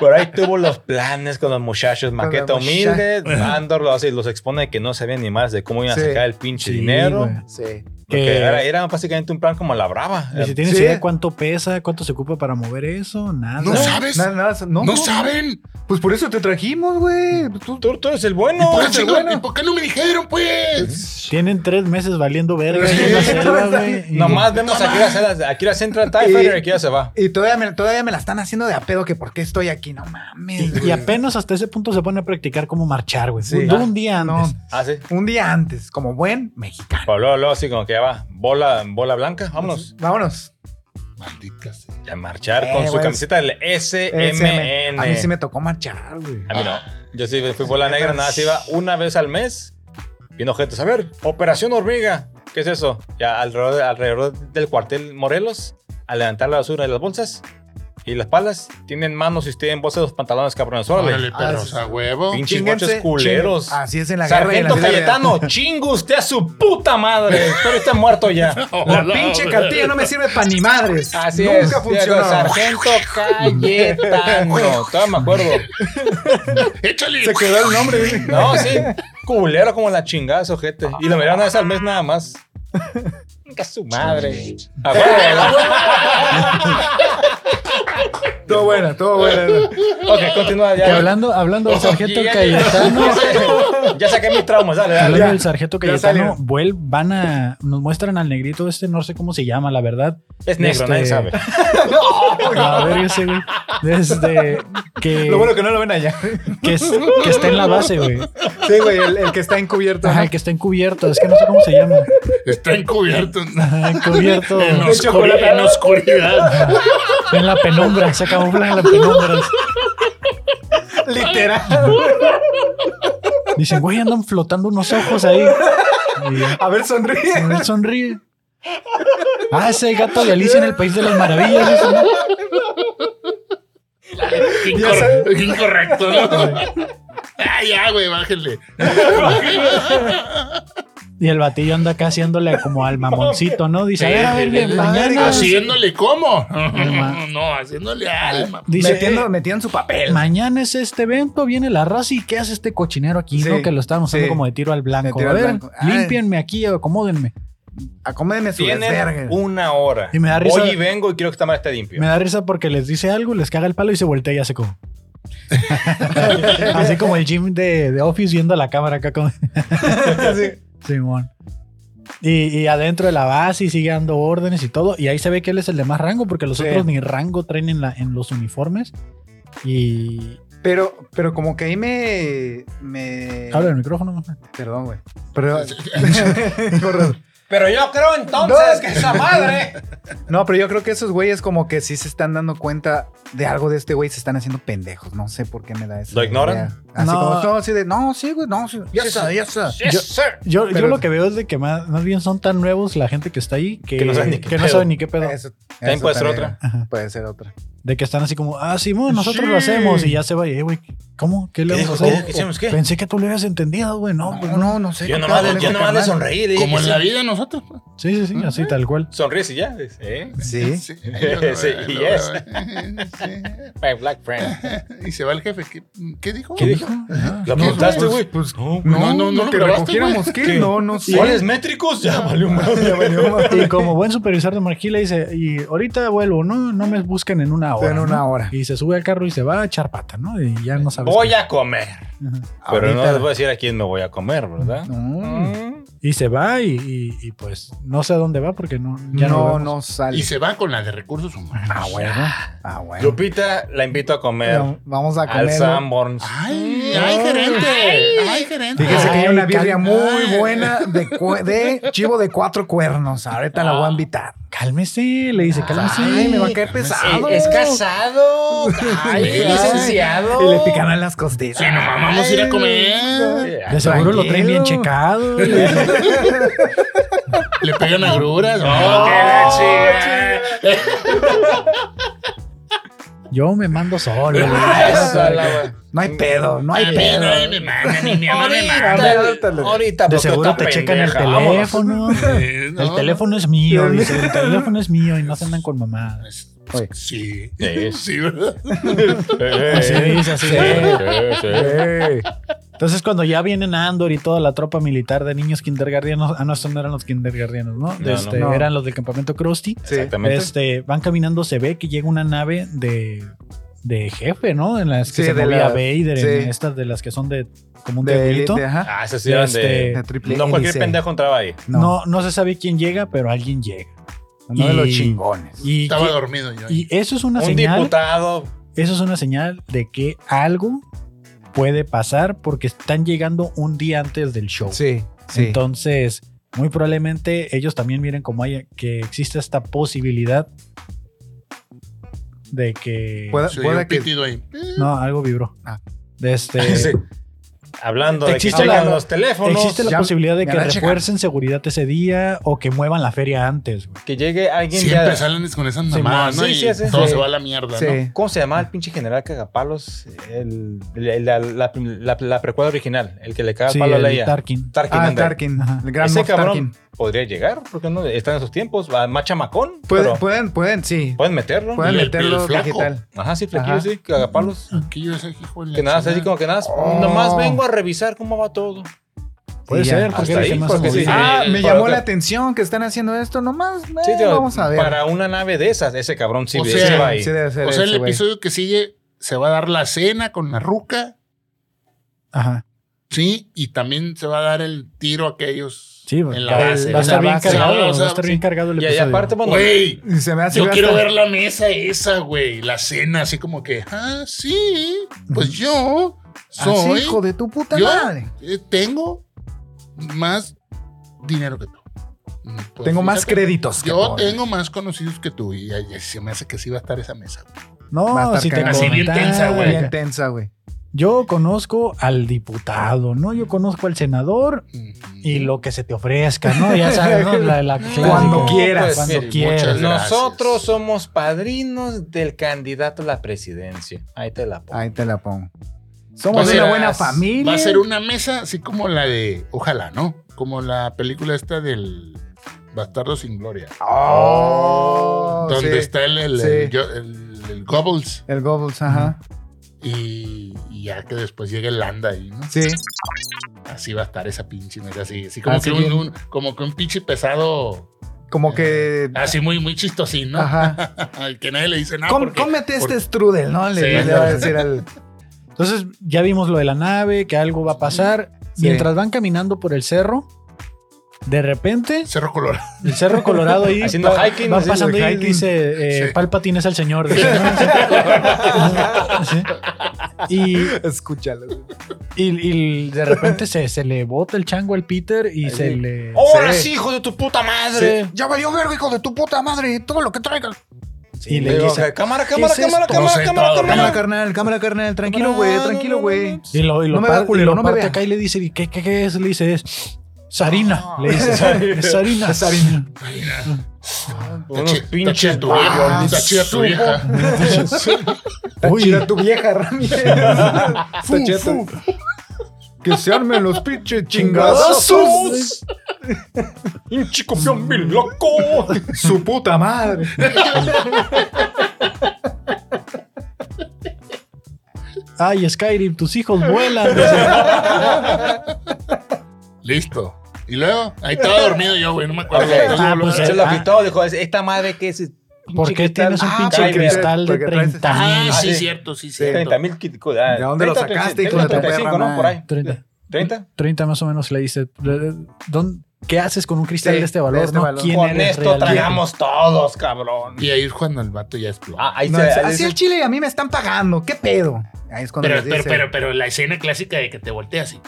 A: Por ahí tuvo los planes con los muchachos.
B: los
A: Maqueta
B: muchachos.
A: humilde. Andor lo hace y los expone de que no sabían ni más de cómo iban a
B: Sí.
A: sacar el pinche
D: Sí,
A: dinero.
D: güey.
B: Sí.
A: Porque
D: Que-
A: era, era básicamente un plan como la brava.
D: Y si tienes
B: Sí.
D: idea cuánto pesa, cuánto se ocupa para mover eso, nada.
C: No sabes.
B: Nada, nada, no,
C: No saben.
B: Pues por eso te trajimos, güey. Pues tú-
A: Tú, tú eres el
C: ¿Y
A: bueno.
C: por, qué
A: eres el
C: chingón-
A: bueno.
C: y por qué no me dijeron, pues?
D: Tienen tres meses valiendo verga en la
B: Sí.
D: selva, güey. Y-
A: Nomás vemos aquí las las- aquí las entra el TIE Fighter y aquí ya se va.
B: Y todavía me, todavía me la están haciendo de a pedo que por qué estoy aquí. No mames.
D: Y, y
B: güey.
D: apenas hasta ese punto se pone a practicar cómo marchar, güey.
B: Sí.
D: Un- Un día
B: No,
D: antes.
A: Ah, sí.
B: un día antes, como buen mexicano.
A: Pero luego, luego así como que ya va. Bola, bola blanca, vámonos.
B: Vámonos.
C: Maldita sea.
A: Y a marchar con
B: Eh,
A: su
B: güey.
A: camiseta del SMN.
B: A mí sí Eh, me tocó marchar, güey.
A: E A mí no. Ah. Yo sí fui bola negra, nada, se iba una vez al mes. Viendo gente, a ver, Operación Hormiga. ¿Qué es eso? Ya alrededor, alrededor del cuartel Morelos, a levantar la basura de las bolsas y las palas. Tienen manos y ustedes en bolsas los pantalones, cabrones. Órale.
C: Órale,
B: Ah,
C: perros
B: sí,
C: a
B: sí.
C: huevo.
A: Pinches
B: Chínguense,
A: guachos culeros.
B: chinguen. Así es en la guerra. y en la
A: Sargento
B: vida real.
A: Cayetano, chingo usted a su puta madre. Pero está muerto ya.
B: La
C: Hola,
B: pinche
C: güey.
B: cartilla no me sirve para ni madres.
A: Así
B: Nunca
A: es.
B: funcionó.
A: Diego, Sargento Cayetano. Todavía me acuerdo.
C: Échale.
B: Se quedó el nombre. güey.
A: No, sí. Culero como la chingada, sojete. Y lo miraron una vez al mes nada más. Ah, Nunca su madre. A huevo.
B: Todo buena, todo buena.
A: ok, continúa
D: Y
A: ya.
D: hablando, hablando del
A: Ya-
D: sargento
A: ya-
D: Cayetano.
A: Ya saqué mis traumas, dale, dale.
D: Hablando
B: Ya,
D: del sargento
B: ya
D: Cayetano,
B: salió.
D: vuel, van a. Nos muestran al negrito este, no sé cómo se llama, la verdad.
A: Es negro,
D: Este-
A: nadie sabe.
D: A ver, ese, güey. Desde que,
B: Lo bueno que no lo ven allá.
D: que, es- que está en la base, güey.
B: Sí, güey, el, el que está encubierto.
D: Ajá,
B: ¿no?
D: el que está encubierto. Es que no sé cómo se llama.
C: Está encubierto.
D: Ajá, Encubierto.
C: En,
B: De
C: oscuri-
B: chocolate.
C: en oscuridad.
D: En la penumbra, se camufla en la penumbra.
B: Literal.
D: Dicen, güey, andan flotando unos ojos ahí. Y ya,
B: A ver, sonríe.
D: él sonríe. Ah, ese gato de Alicia en el País de las Maravillas. ese, ¿no?
B: Ya sabes.
C: Incor- Incorrecto, ¿no? Ah, ya, güey, bájenle.
D: Y el batillo anda acá haciéndole como al mamoncito, ¿no? Dice, a ver, a ver,
C: Eh, eh,
D: mañana.
C: haciéndole cómo.
D: Alma.
C: No, haciéndole alma.
D: Dice,
B: metiendo,
D: eh,
B: metiendo en su papel.
D: mañana es este evento, viene la raza y ¿qué hace este cochinero aquí?
B: Sí,
D: ¿no? Que lo estábamos
B: sí.
D: haciendo como de tiro al blanco.
B: De tiro
D: a
B: al
D: ver,
B: blanco. Ah.
D: límpienme aquí, acomódenme.
B: Acómeme su
A: Tienen
B: desvergue.
A: una hora.
D: Y me da risa-
A: Hoy y vengo y quiero que esta madre esté limpia.
D: Me da risa porque les dice algo, les caga el palo y se voltea y hace como. Así como el gym de, de Office viendo la cámara acá con
B: Sí.
D: Simón. Y, y adentro de la base y sigue dando órdenes y todo. Y ahí se ve que él es el de más rango porque los
B: Sí.
D: otros ni rango traen en, la, en los uniformes. Y.
B: Pero, pero como que ahí me. me...
D: Habla el micrófono. mamá.
B: Perdón, güey. Pero. Con razón.
A: Pero yo creo entonces
B: No, es
A: que esa madre.
B: no, pero yo creo que esos güeyes como que sí se están dando cuenta de algo de este güey, se están haciendo pendejos. No sé por qué me da eso.
A: ¿Lo ignoran?
B: Así
D: No.
B: como, no, así de, no, sí, güey, no, sí. Ya
A: Sí,
B: está,
A: sí.
B: ya está.
D: Yo- Yo, yo
B: Pero-
D: lo que veo es de que más, más bien son tan nuevos la gente que está ahí que,
A: Que no saben ni qué
D: que no
A: pedo.
D: saben ni qué pedo.
B: Eso-
A: También
B: eso
A: puede ser
B: también.
A: otra.
D: Ajá.
B: Puede ser otra.
D: De que están así como, ah, Simón, nosotros lo
A: Sí.
D: hacemos y ya se va. Y, eh, güey, ¿cómo? ¿Qué le
A: ¿Qué
D: vamos a
A: dijo?
D: hacer?
A: ¿Qué hicimos? ¿Qué?
D: Pensé que tú lo habías entendido, güey. No,
B: No,
D: pues
B: no,
D: no.
B: no, sé.
A: Yo
B: qué
A: nomás,
B: pedo
A: le-
B: con
A: yo
B: este
A: nomás le
B: carnal.
A: sonreí. le dije
C: Como
A: que
C: en
A: sí.
C: la vida de nosotros. pues.
D: Sí, sí, sí, así tal cual.
A: Sonríes y ya. dices, ¿eh?
B: Sí.
C: Sí, ahí lo-
A: Sí,
C: ahí lo
A: y es.
C: veo.
A: My black friend.
C: Sí. Y se va el jefe. ¿Qué, qué dijo?
A: ¿Qué dijo? ¿La
C: No,
A: preguntaste,
C: pues,
A: güey? no.
C: No, no, no,
B: que
C: pero
B: recogiéramos este qué,
A: ¿Qué?
B: no, no sé.
A: ¿Cuáles métricos? Ya valió madre.
D: Y como buen supervisor de Marquila dice, y ahorita vuelvo, no, no me busquen en una hora.
B: En una
D: ¿no?
B: hora.
D: Y se sube al carro y se va a echar pata, ¿no? Y ya no sabes.
A: Voy
D: qué.
A: a comer.
D: Ajá.
A: Pero no
B: Ahorita.
A: les voy a decir a quién me voy a comer, ¿verdad?
B: No,
A: Mm.
D: Y se va y, y- y, pues no sé a dónde va porque no, ya no,
B: no,
D: vemos.
B: no sale.
C: Y se va con la de recursos humanos.
B: Ah, bueno. Ah, bueno.
A: Lupita, la invito a comer
B: Pero Vamos a
A: al
B: comer.
A: Sanborns.
D: Ah,
C: Ay, ay, gerente. Ay, gerente.
B: Fíjese que hay una
D: Ay,
B: birria
D: can-
B: muy buena de, cue- de chivo de cuatro cuernos. Ahorita la voy a invitar.
D: Cálmese, le
B: Ah,
D: dice, cálmese.
B: Ay, me va a caer pesado.
A: casado.
C: Ay,
B: Y le picarán las costillas.
C: Sí, no vamos a ir a comer.
D: De seguro lo traen bien checado. le dice.
C: Le pegan agruras.
A: No,
C: Oh,
A: qué la chingada.
D: Yo me mando solo. le dice.
A: Eso, la wea.
B: No hay pedo, no hay
C: a mí
B: pedo.
C: nadie me manda, ni mi mamá me manda.
A: Ahorita,
B: Ándale.
A: ahorita,
D: De
A: porque
D: seguro
A: está
D: te checan el
A: pendeja. Vámonos.
D: teléfono.
C: Eh,
D: El
C: no.
D: teléfono es mío, dice. El teléfono es mío y no se andan con mamá.
B: Oye.
C: Pues, Sí.
A: Sí.
C: Sí, ¿verdad?
D: Así dice, así dice.
A: sí,
B: Ey.
D: Entonces, cuando ya vienen a Andor y toda la tropa militar de niños kindergardianos, ah, no, estos no eran los kindergardianos, ¿no?
A: No,
D: Este,
B: no.
D: Eran los del campamento Krusty.
A: sí. Exactamente.
D: Este, van caminando, se ve que llega una nave de, de jefe, ¿no? En las
B: Sí,
D: que se
B: de
D: movía
B: la-
D: Vader,
B: sí.
D: en estas de las que son de como un
B: De
D: triangulito.
B: élite, ajá.
A: Ah, esas sí eran de-
B: De
D: Este,
B: triple
A: No cualquier
B: hélice.
A: pendejo entraba ahí.
D: No. no, se sabe quién llega, pero alguien llega.
B: Uno de los
D: Y-
B: chingones.
D: Y,
C: Estaba
D: que-
C: dormido yo.
D: y eso es una
A: Un
D: señal.
A: diputado.
D: Eso es una señal de que algo puede pasar porque están llegando un día antes del show.
B: Sí, sí.
D: Entonces, muy probablemente ellos también miren como hay que existe esta posibilidad de que
B: Pueda-
C: Se oyó
B: pueda
C: un
B: que
C: pitido ahí.
D: no, algo vibró.
B: Ah.
D: De este
A: Sí. eh, Hablando de que
D: Existe
A: checan
D: la-
A: los teléfonos.
D: existe la
B: Ya-
D: posibilidad de
B: ya
D: que
B: la checa.
D: refuercen seguridad ese día o que muevan la feria antes, güey.
A: Que llegue alguien
C: Siempre
A: ya-
C: salen con esas mamadas,
A: sí,
C: ¿no? Y
A: sí, sí,
C: todo
A: sí.
C: se va a la mierda,
B: Sí.
C: ¿no?
A: ¿Cómo se llamaba el pinche general cagapalos? El, el- la, la, la- la precuela original, el que le caga
D: Sí,
A: palo a
D: el
A: Leia.
D: Tarkin.
A: Tarkin,
B: Ah,
A: anda.
B: Tarkin.
D: Ajá.
B: El gran
A: Ese
B: Moff
A: cabrón
B: Tarkin.
A: podría llegar, porque no está en sus tiempos, va más chamacón,
B: Pueden,
A: pero
B: pueden, pueden, sí.
A: pueden meterlo.
B: Pueden
C: El- el
B: meterlo
C: flaco.
B: digital.
A: Ajá, sí, flequillo,
B: Ajá.
A: sí, cagapalos.
C: Que yo ese hijo de Ah, la
A: Que nada, así
C: chingada.
A: como que nada,
B: Oh.
A: nomás vengo a revisar cómo va todo.
D: Puede
B: Sí, ya.
D: ser, porque
A: Hasta
D: era el
A: ahí,
D: que más
A: porque
D: se
A: sí.
D: movía.
B: Ah,
C: Eh,
B: me
A: para-
B: llamó la atención que están haciendo esto nomás. eh,
A: Sí, tío,
B: vamos a ver.
A: Para una nave de esas, ese cabrón sí,
C: O
A: sí
C: sea,
A: va ahí.
B: Sí, debe ser
C: O sea, el
B: ese, güey.
C: episodio que sigue se va a dar la cena con la ruca,
D: Ajá.
C: ¿sí? Y también se va a dar el tiro a aquellos
D: Sí, pues,
C: en la
D: va-
C: base.
D: va a estar
B: en la
D: bien
B: base.
D: cargado,
C: O sea,
D: va a estar
C: sí.
D: bien cargado el
A: y, y
D: episodio.
A: aparte, bueno,
C: Güey,
B: Y se me hace
C: yo
B: hasta-
C: quiero ver la mesa esa, güey. La cena, así como que, ah, sí, pues yo
B: Así,
C: soy,
B: hijo de tu puta
C: yo-
B: madre.
C: eh, tengo más dinero que tú. Mm, pues,
B: Tengo más
C: fíjate,
B: créditos. que
C: Yo
B: tú.
C: tengo más conocidos que tú y, ay, se me hace que sí va a estar esa mesa. güey.
B: Va a
D: No,
B: estar
D: si te
B: cagado. Así
C: bien
D: comentan,
C: tensa, güey.
B: Bien tensa, güey.
D: Yo conozco al diputado, ¿no? Yo conozco al senador
C: Mm.
D: y lo que se te ofrezca, ¿no? Ya sabes, ¿no? La- la clásica.
B: Cuando quieras.
A: pues,
D: Cuando
A: sí,
D: quieras.
C: muchas-
A: Nosotros
C: Gracias.
A: somos padrinos del candidato a la presidencia. Ahí te la pongo.
B: Ahí te la pongo.
C: Va a
B: Somos
C: ser
B: una
C: a-
B: buena familia.
C: Va a ser una mesa así como la de, ojalá, ¿no? Como la película esta del Bastardo sin Gloria.
B: Oh,
C: donde
B: Ah, sí.
C: está el, el,
B: Sí.
C: el- yo- el- el Goebbels
B: El Gobbles, ajá.
C: y, y ya que después llegue el Landa ahí, ¿no?
B: Sí.
C: Así va a estar esa pinche mesa, así, así como,
B: Así
C: que un,
B: bien.
C: un- como que un pinche pesado,
B: Como que.
C: así muy, muy chistosín, Ah, ¿no?
B: Ajá.
C: Al que nadie le dice nada.
B: Com-
C: porque-
B: cómete este
C: porque-
B: strudel, ¿no? Le,
C: Sí.
B: le va a decir al.
D: Entonces, ya vimos lo de la nave, que algo va a pasar.
B: Sí.
D: Mientras van caminando por el cerro, de repente,
C: Cerro Colorado.
D: el cerro colorado ahí.
A: Haciendo
D: va-
A: hiking,
D: va
A: haciendo
D: pasando ahí y
B: hiking.
D: dice: eh,
C: Sí.
D: Palpatine es el señor. de- Sí. Y,
B: Escúchalo.
D: y- y de repente se, se le bota el chango al Peter y se
B: sí. Oh,
D: le.
A: ¡Ahora
B: Sí.
A: sí, hijo de tu puta madre!
D: Sí.
B: Ya valió verga, hijo de tu puta madre. Todo lo que traigas.
D: y le
A: Le digo,
D: dice-
A: cámara,
D: ¿qué
A: cámara,
D: es
A: cámara,
D: esto?
A: cámara,
C: No sé,
A: cámara,
C: todo,
A: cámara.
B: Cámara carnal, cámara carnal. Tranquilo,
A: Cámara,
B: güey,
A: no,
B: tranquilo,
A: no,
B: güey.
D: Y lo, y lo
B: No me vea,
D: par- y
B: culero,
D: lo
B: no me
D: parte
B: vea.
D: acá y le dice, "¿Y ¿qué, qué, qué es? Le dice, es sarina. Le dice, "Sa- es sarina. sarina.
C: Está
A: Unos
C: chi- está chida
A: pinches
C: tu vieja.
A: barros.
C: Está chida tu Ah, vieja.
B: Está
D: Uy.
B: chida tu vieja, Ramírez. Está
D: Fu,
B: chida tu- Que se armen los pinches
A: ¡Chingadazos! ¡Un chico bien, bien loco!
B: Su puta madre.
D: Ay, Skyrim, tus hijos vuelan. Ah, Dice,
C: Listo. Y luego, ahí estaba dormido yo, güey, no me acuerdo.
A: Ok.
C: Luego,
D: Ah,
C: luego,
D: pues,
A: Se lo
D: ah.
A: quitó, dijo, esta madre que es...
D: ¿Por qué tienes un
B: Ah,
D: pinche
B: porque-
D: cristal de
B: porque traes-
D: 30
C: Ah, sí,
A: sí.
C: cierto, sí, cierto.
A: 30 mil... ah, ¿De
B: ¿De dónde lo sacaste, hijo de tu perra,
A: ¿no? Por ahí.
D: madre? 30.
A: 30.
D: 30 más o menos le dice, "¿Dón- ¿qué haces con un cristal
B: Sí,
D: de este valor?
B: de este
D: no?
B: valor.
D: ¿Quién
A: Con
D: eres
A: esto
D: realmente?"
A: tragamos todos, cabrón.
C: Y ahí es cuando el vato ya explotó.
A: Ah, ahí
B: No,
A: se...
B: dice,
A: ahí
B: así
A: se-
B: el chile y a mí me están pagando. ¿Qué pedo? Ahí es cuando
C: pero,
B: les
C: pero,
B: dice, "Eh,
C: pero, pero la escena clásica de que te volteas así.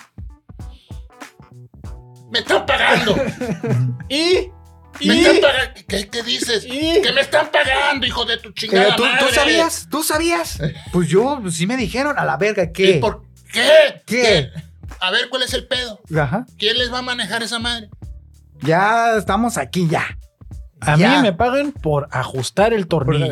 C: ¡Me están pagando!
A: Y...
C: ¡Me
A: Y...
C: están pagando! ¿Qué, qué dices?
A: Y-
C: ¡Que me están pagando, hijo de tu
B: "Eh,
C: chingada
B: ¿tú, tú
C: madre!
B: sabías? ¿Tú sabías? Pues yo, pues sí me dijeron a la verga
C: ¿Y
B: que.
C: por qué?
B: ¿Qué?
C: A ver, ¿cuál es el pedo?
B: Ajá.
C: ¿Quién les va a manejar esa madre?
B: Ya estamos aquí, ya.
D: A
B: Ya.
D: mí me pagan por ajustar el tornillo.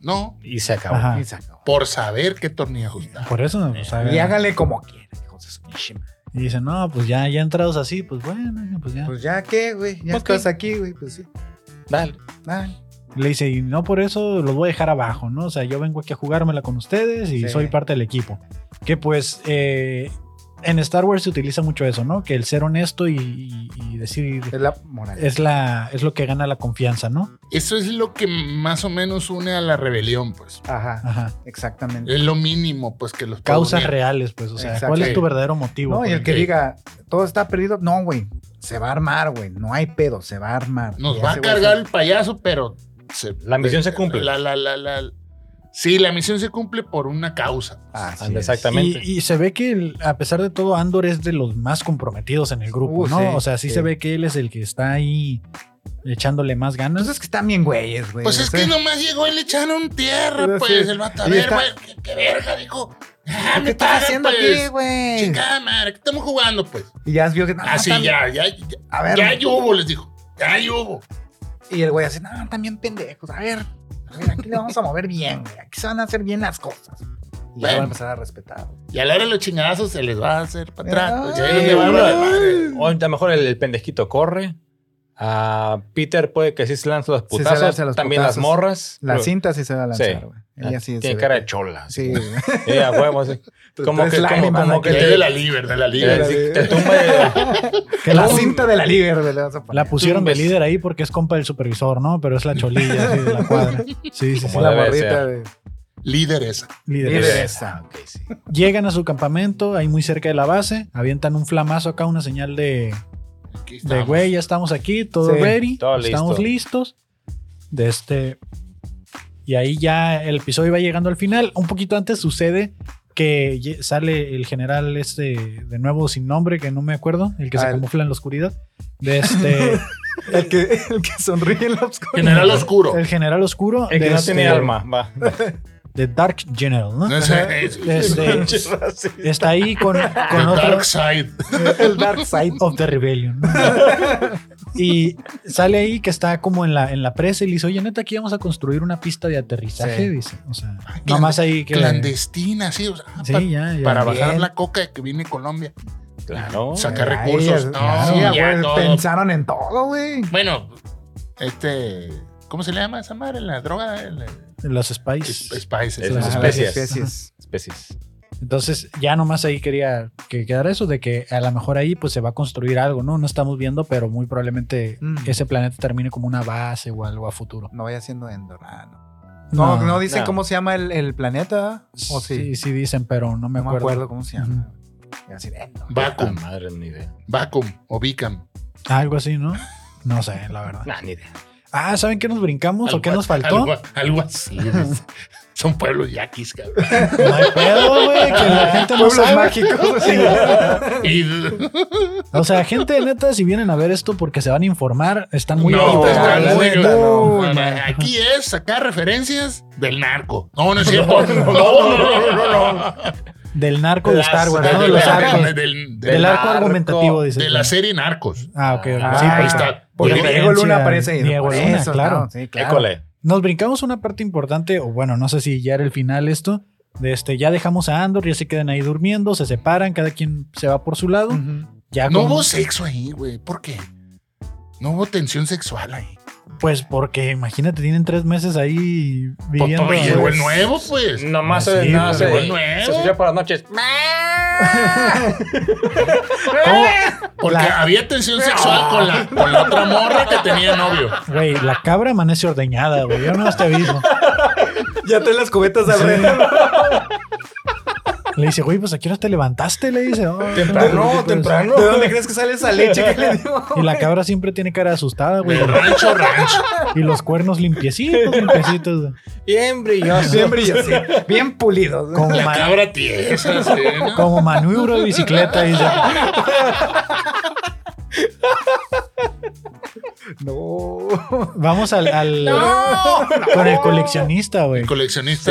C: No,
A: Y se acabó.
D: Ajá.
B: Y se acabó.
C: por saber qué tornillo ajustar.
D: Por eso, o sea,
B: Y háganle como quieran, hijos de su pinche madre.
D: y dice, no, pues ya, ya entrados así, pues bueno, pues ya.
B: Pues ya qué, güey. Ya
A: Ok.
B: estás aquí, güey. Pues sí. Ah,
A: Dale.
B: Dale.
D: Le dice, y no por eso los voy a dejar abajo, ¿no? O sea, yo vengo aquí a jugármela con ustedes y
B: Sí.
D: soy parte del equipo. Que pues eh, en Star Wars se utiliza mucho eso, ¿no? Que el ser honesto y, y- y decir
B: Es la
A: Eh.
B: moral.
D: es, la, es lo que gana la confianza, ¿no?
C: Eso es lo que más o menos une a la rebelión, pues.
A: Ah.
B: Ajá,
D: Ajá.
A: Eh,
B: exactamente.
C: Es lo mínimo, pues, que los puede
D: Causas
C: unir.
D: reales, pues, o sea,
B: Exacto.
D: ¿cuál es
C: Sí.
D: tu verdadero motivo?
B: No,
D: por
B: y el
D: el
B: que
C: Ok.
B: diga, todo está perdido, no, güey. Se va a armar, güey. No hay pedo, se va a armar.
C: Nos
B: Ya
C: va a
B: se güey
C: cargar
B: se-
C: el payaso, pero se-
A: La misión se cumple.
C: La, la, la, la- sí, la misión se cumple por una causa.
B: Así
A: Anda,
B: Ah, es.
A: Ah, Exactamente.
D: Y, y se ve que, el- a pesar de todo, Andor es de los más comprometidos en el grupo,
B: Uh,
D: ¿no?
B: sí,
D: o sea, sí,
B: sí.
D: se ve que él es el que está ahí echándole más ganas.
B: Entonces que están bien güeyes, güey.
C: Pues es
B: o sea,
C: que nomás llegó y le echaron
B: Sí,
C: tierra,
B: sí.
C: pues, el vato. A
B: Y
C: ver,
B: está-
C: güey, ¿qué, qué verga, dijo. Ah,
B: ¿Qué
C: me
B: estás
C: pagan,
B: haciendo
C: pues.
B: aquí, güey? Ah,
C: Chingada madre, ¿qué estamos jugando, pues?
B: Y ya vio que. no,
C: Así,
B: están-
C: ya, ya, ya,
B: A ver.
C: ya hubo, les dijo. Ya hubo.
B: Y el güey así, no, también pendejos. A ver, a ver, aquí le vamos a mover bien, güey. Aquí se van a hacer bien las cosas. Y ya
C: Bueno.
B: van a empezar a respetar.
C: Y a la hora de los chingadazos se les va a hacer para atrás. pues, y ahí
B: Ay,
C: es donde va lo de madre.
A: O a lo mejor el, el pendejito corre. A Peter puede que sí se lanza los
B: Sí, se
A: putazos.
B: lanza los
A: también
B: putazos.
A: las morras.
B: La
A: Pero-
B: cinta sí se va a
A: Sí. Ah,
B: lanzar, güey. Ella sí se
A: Tiene
B: ve
A: cara
B: que-
A: de chola.
B: Sí, güey.
A: Ella, huevo, así. Como
B: Tres
A: que- como-
B: lágrimas
A: como
B: aquí.
A: que
C: Y
A: te-
C: es de la líder, de la
A: Eh,
C: líder.
B: Sí.
A: sí, Te tumba de-
D: Que
B: La
D: la,
B: cinta de la liga, güey. le vas a poner.
D: la pusieron de
A: Pues-
D: líder ahí porque es compa del supervisor, ¿no? Pero es la cholilla así, de la cuadra. Sí, sí, sí.
A: Como
B: la
A: debe
B: morrita
A: ser.
B: de.
C: Líder esa.
D: Líder.
B: Líder.
D: Llegan a su campamento, ahí muy cerca de la base, avientan un flamazo acá, una señal de,
C: Aquí
D: de
C: estamos.
D: güey, ya estamos aquí, todo
B: Sí,
D: ready,
A: todo listo.
D: estamos listos. De este. Y ahí ya el episodio va llegando al final. Un poquito antes sucede que ye- sale el general este de nuevo sin nombre, que no me acuerdo, el que
B: Ah,
D: se
B: el-
D: camufla en la oscuridad. De este,
B: El que, el que sonríe en la oscuridad.
C: General Oscuro.
D: el general oscuro.
A: El que
D: de
A: no
D: este,
A: tiene alma, va.
D: The Dark General, ¿no?
C: No sé, es-
D: Este,
A: Pinche racista.
D: está ahí con,
C: The
D: con otro
C: Dark Side.
B: El Dark Side.
D: of the Rebellion. ¿no? Y sale ahí que está como en la, en la presa y le dice, oye, neta, aquí vamos a construir una pista de aterrizaje,
B: Sí.
D: dice. O sea,
C: Ay,
D: nomás ahí que...
C: Clandestina, sí. o sea,
D: Sí,
C: pa-
D: ya, ya.
C: para
B: bien.
C: bajar la coca que viene de Colombia.
A: Claro.
C: Sacar
B: Ay,
C: recursos.
B: ya-
C: No,
B: sí,
C: ya
B: güey,
C: todo.
B: pensaron en todo, güey.
C: Bueno, este. ¿Cómo se le llama esa madre? La droga. El, el-
D: Los Spice.
C: Spice.
A: Es- Las
B: Ah,
A: especies.
B: especies.
A: Especies.
D: Entonces, ya nomás ahí quería que quedara eso de que a lo mejor ahí pues se va a construir algo, ¿no? No estamos viendo, pero muy probablemente
B: Mm.
D: ese planeta termine como una base o algo a futuro.
B: No vaya siendo Endor. Ah, no. No, no, dicen
A: no.
B: cómo se llama el, el planeta. O sí.
D: sí, sí dicen, pero no me
B: no me
D: acuerdo.
B: acuerdo cómo se llama. Y así, Endor.
A: Puta
C: Vacuum.
A: Ah, madre, ni idea.
C: Vacuum o Bicam.
D: Algo así, ¿no? No sé, la verdad.
A: Nah, ni idea.
D: Ah, ¿saben qué nos brincamos o qué nos faltó?
C: Algo, algo así. dice. Son pueblos yaquis, cabrón.
D: No hay pedo, güey, que la gente no
B: Pueblos
D: sabe.
B: mágicos. sí.
C: Y-
D: O sea, gente, neta, si vienen a ver esto porque se van a informar, están muy
C: no,
D: equivocados.
C: están
B: la
C: muy-
B: neta, no.
C: no, no, Aquí es sacar referencias del narco. No, no es cierto. No, no, no, no, no.
D: Del narco de
A: Las-
D: Star Wars,
A: de-
D: ¿no?
A: de-
D: Los
A: de-
D: arcos.
C: del, del-
D: Del arco
A: narco,
D: argumentativo, dice.
C: de la serie Narcos.
D: Ah, ok. ok.
B: Ah,
D: sí,
C: ahí
D: pues,
C: está.
B: Porque
C: Diego
B: Diego Luna
D: Luna,
B: aparece ahí.
D: Diego
B: Por
D: Luna,
B: eso,
D: claro.
B: no, Sí, claro.
A: École.
D: Nos brincamos una parte importante, o bueno, no sé si ya era el final esto. De este, ya dejamos a Andor, ya se quedan ahí durmiendo, se separan, cada quien se va por su lado.
B: Ujú.
D: Ya
C: Mm. No
D: como-
C: hubo sexo ahí, güey. ¿Por qué? No hubo tensión sexual ahí.
D: Pues porque imagínate, tienen tres meses ahí
C: Pues,
D: viviendo.
C: pues, llegó el nuevo, pues.
A: Nomás
D: Ah,
A: se,
D: sí,
A: nada,
D: güey.
A: se,
C: Bueno, eh.
A: se escucha por las noches.
C: ¿Cómo? Porque
D: La-
C: había tensión sexual con la, con la otra morra que tenía novio.
D: Güey, la cabra amanece ordeñada, güey. Yo no te aviso.
B: Ya trae las cubetas alrededor.
D: Le dice, güey, pues aquí no te levantaste, le dice. "Oh, no,
A: Temprano,
D: pues".
A: temprano.
B: ¿De dónde crees que sale esa leche que le dio?
D: Y la cabra siempre tiene cara asustada, güey.
C: De rancho, rancho.
D: Y los cuernos limpiecitos, limpiecitos. güey.
A: Bien brilloso.
B: Bien brillosito. Bien pulido.
D: Como,
C: La
D: ma-
C: cabra tiesa, sí, ¿no?
D: como maniobro de bicicleta, dice.
B: No.
D: Vamos al, al- con el coleccionista, güey.
C: Coleccionista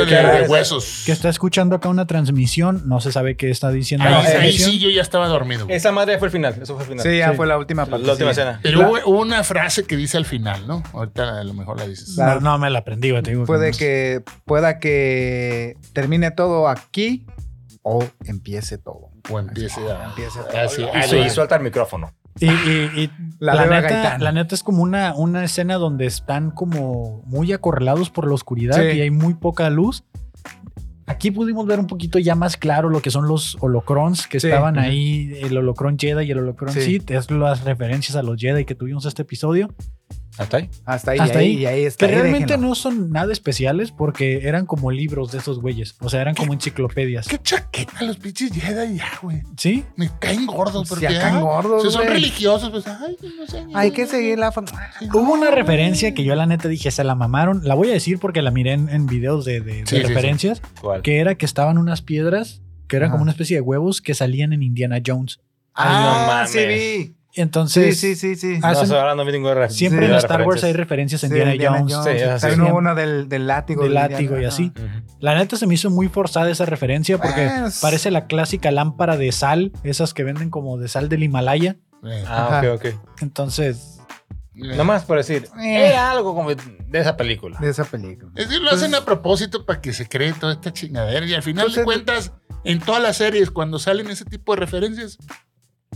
A: Sí,
C: de,
A: claro.
C: de huesos.
D: Que está escuchando acá una transmisión, no se sabe qué está diciendo.
C: Ahí,
D: la
A: No,
C: ahí
D: transmisión.
C: sí yo ya estaba dormido. güey.
A: Esa madre fue el final. Eso fue el final.
B: Sí, ya
D: Sí.
B: fue la última
A: la
B: parte.
A: última
B: sí.
A: escena.
C: Pero hubo hubo una frase que dice al final, ¿no? Ahorita a lo mejor la dices.
D: No, no me la aprendí, güey. te digo que
B: Puede
D: no sé.
B: que pueda que termine todo aquí o empiece todo.
C: O empiece a.
B: Empiece todo.
C: Así,
A: Y, su- y suelta el micrófono.
D: Y, y- y
B: La
D: la,
B: Beba
D: neta,
B: Gaitán.
D: la neta es como una, una escena donde están como muy acorralados por la oscuridad
B: Sí.
D: y hay muy poca luz. Aquí pudimos ver un poquito ya más claro lo que son los holocrons que
B: Sí.
D: estaban
B: Ujú.
D: ahí, el holocron Jedi y el holocron
B: Sí.
D: Sith, es las referencias a los Jedi que tuvimos este episodio,
A: ¿Hasta ahí?
B: Hasta ahí,
D: Hasta
B: y ahí,
D: ahí.
B: y ahí está.
D: que
B: ahí,
D: realmente
B: déjenlo.
D: no son nada especiales porque eran como libros de esos güeyes, o sea, eran como enciclopedias.
C: Qué chaqueta los pinches Jedi ya, güey.
D: ¿Sí?
C: Me caen gordos
B: Se
C: porque
B: acá
C: ah,
B: gordos,
C: si son
B: güey.
C: religiosos, pues ay, no sé.
B: Hay que seguir la forma.
D: Hubo una referencia que yo la neta dije, se la mamaron. La voy a decir porque la miré en, en videos de, de- de
C: Sí, sí, sí.
D: referencias.
A: ¿Cuál?
D: Que era que estaban unas piedras, que eran
B: Ajá.
D: como una especie de huevos que salían en Indiana Jones.
A: no
B: Ah,
A: mames.
B: sí vi. Sí,
D: Entonces,
B: sí, sí, sí.
D: Ah,
A: No,
D: hacen-
A: ahora no vi ninguna referencia.
D: siempre en
A: Las
D: Star Wars hay
A: referencias.
D: referencias a
B: Sí,
D: Indiana,
B: Indiana
D: Jones.
A: Sí, así
B: Hay
A: es.
B: uno, uno del, del látigo.
D: Del
B: de Indiana,
D: látigo y
B: ajá.
D: así.
A: Ujú.
D: La neta se me hizo muy forzada esa referencia porque
B: Pues-
D: parece la clásica lámpara de sal, esas que venden como de sal del Himalaya.
C: Eh,
A: Ah,
B: Ajá.
A: ok, ok.
D: Entonces,
C: eh.
A: Nomás por decir,
B: Eh.
A: era algo como de esa película.
B: De esa película.
C: Es que lo hacen a propósito para que se cree toda esta chingadera. Y al final
B: Entonces-
C: de cuentas, en todas las series, cuando salen ese tipo de referencias,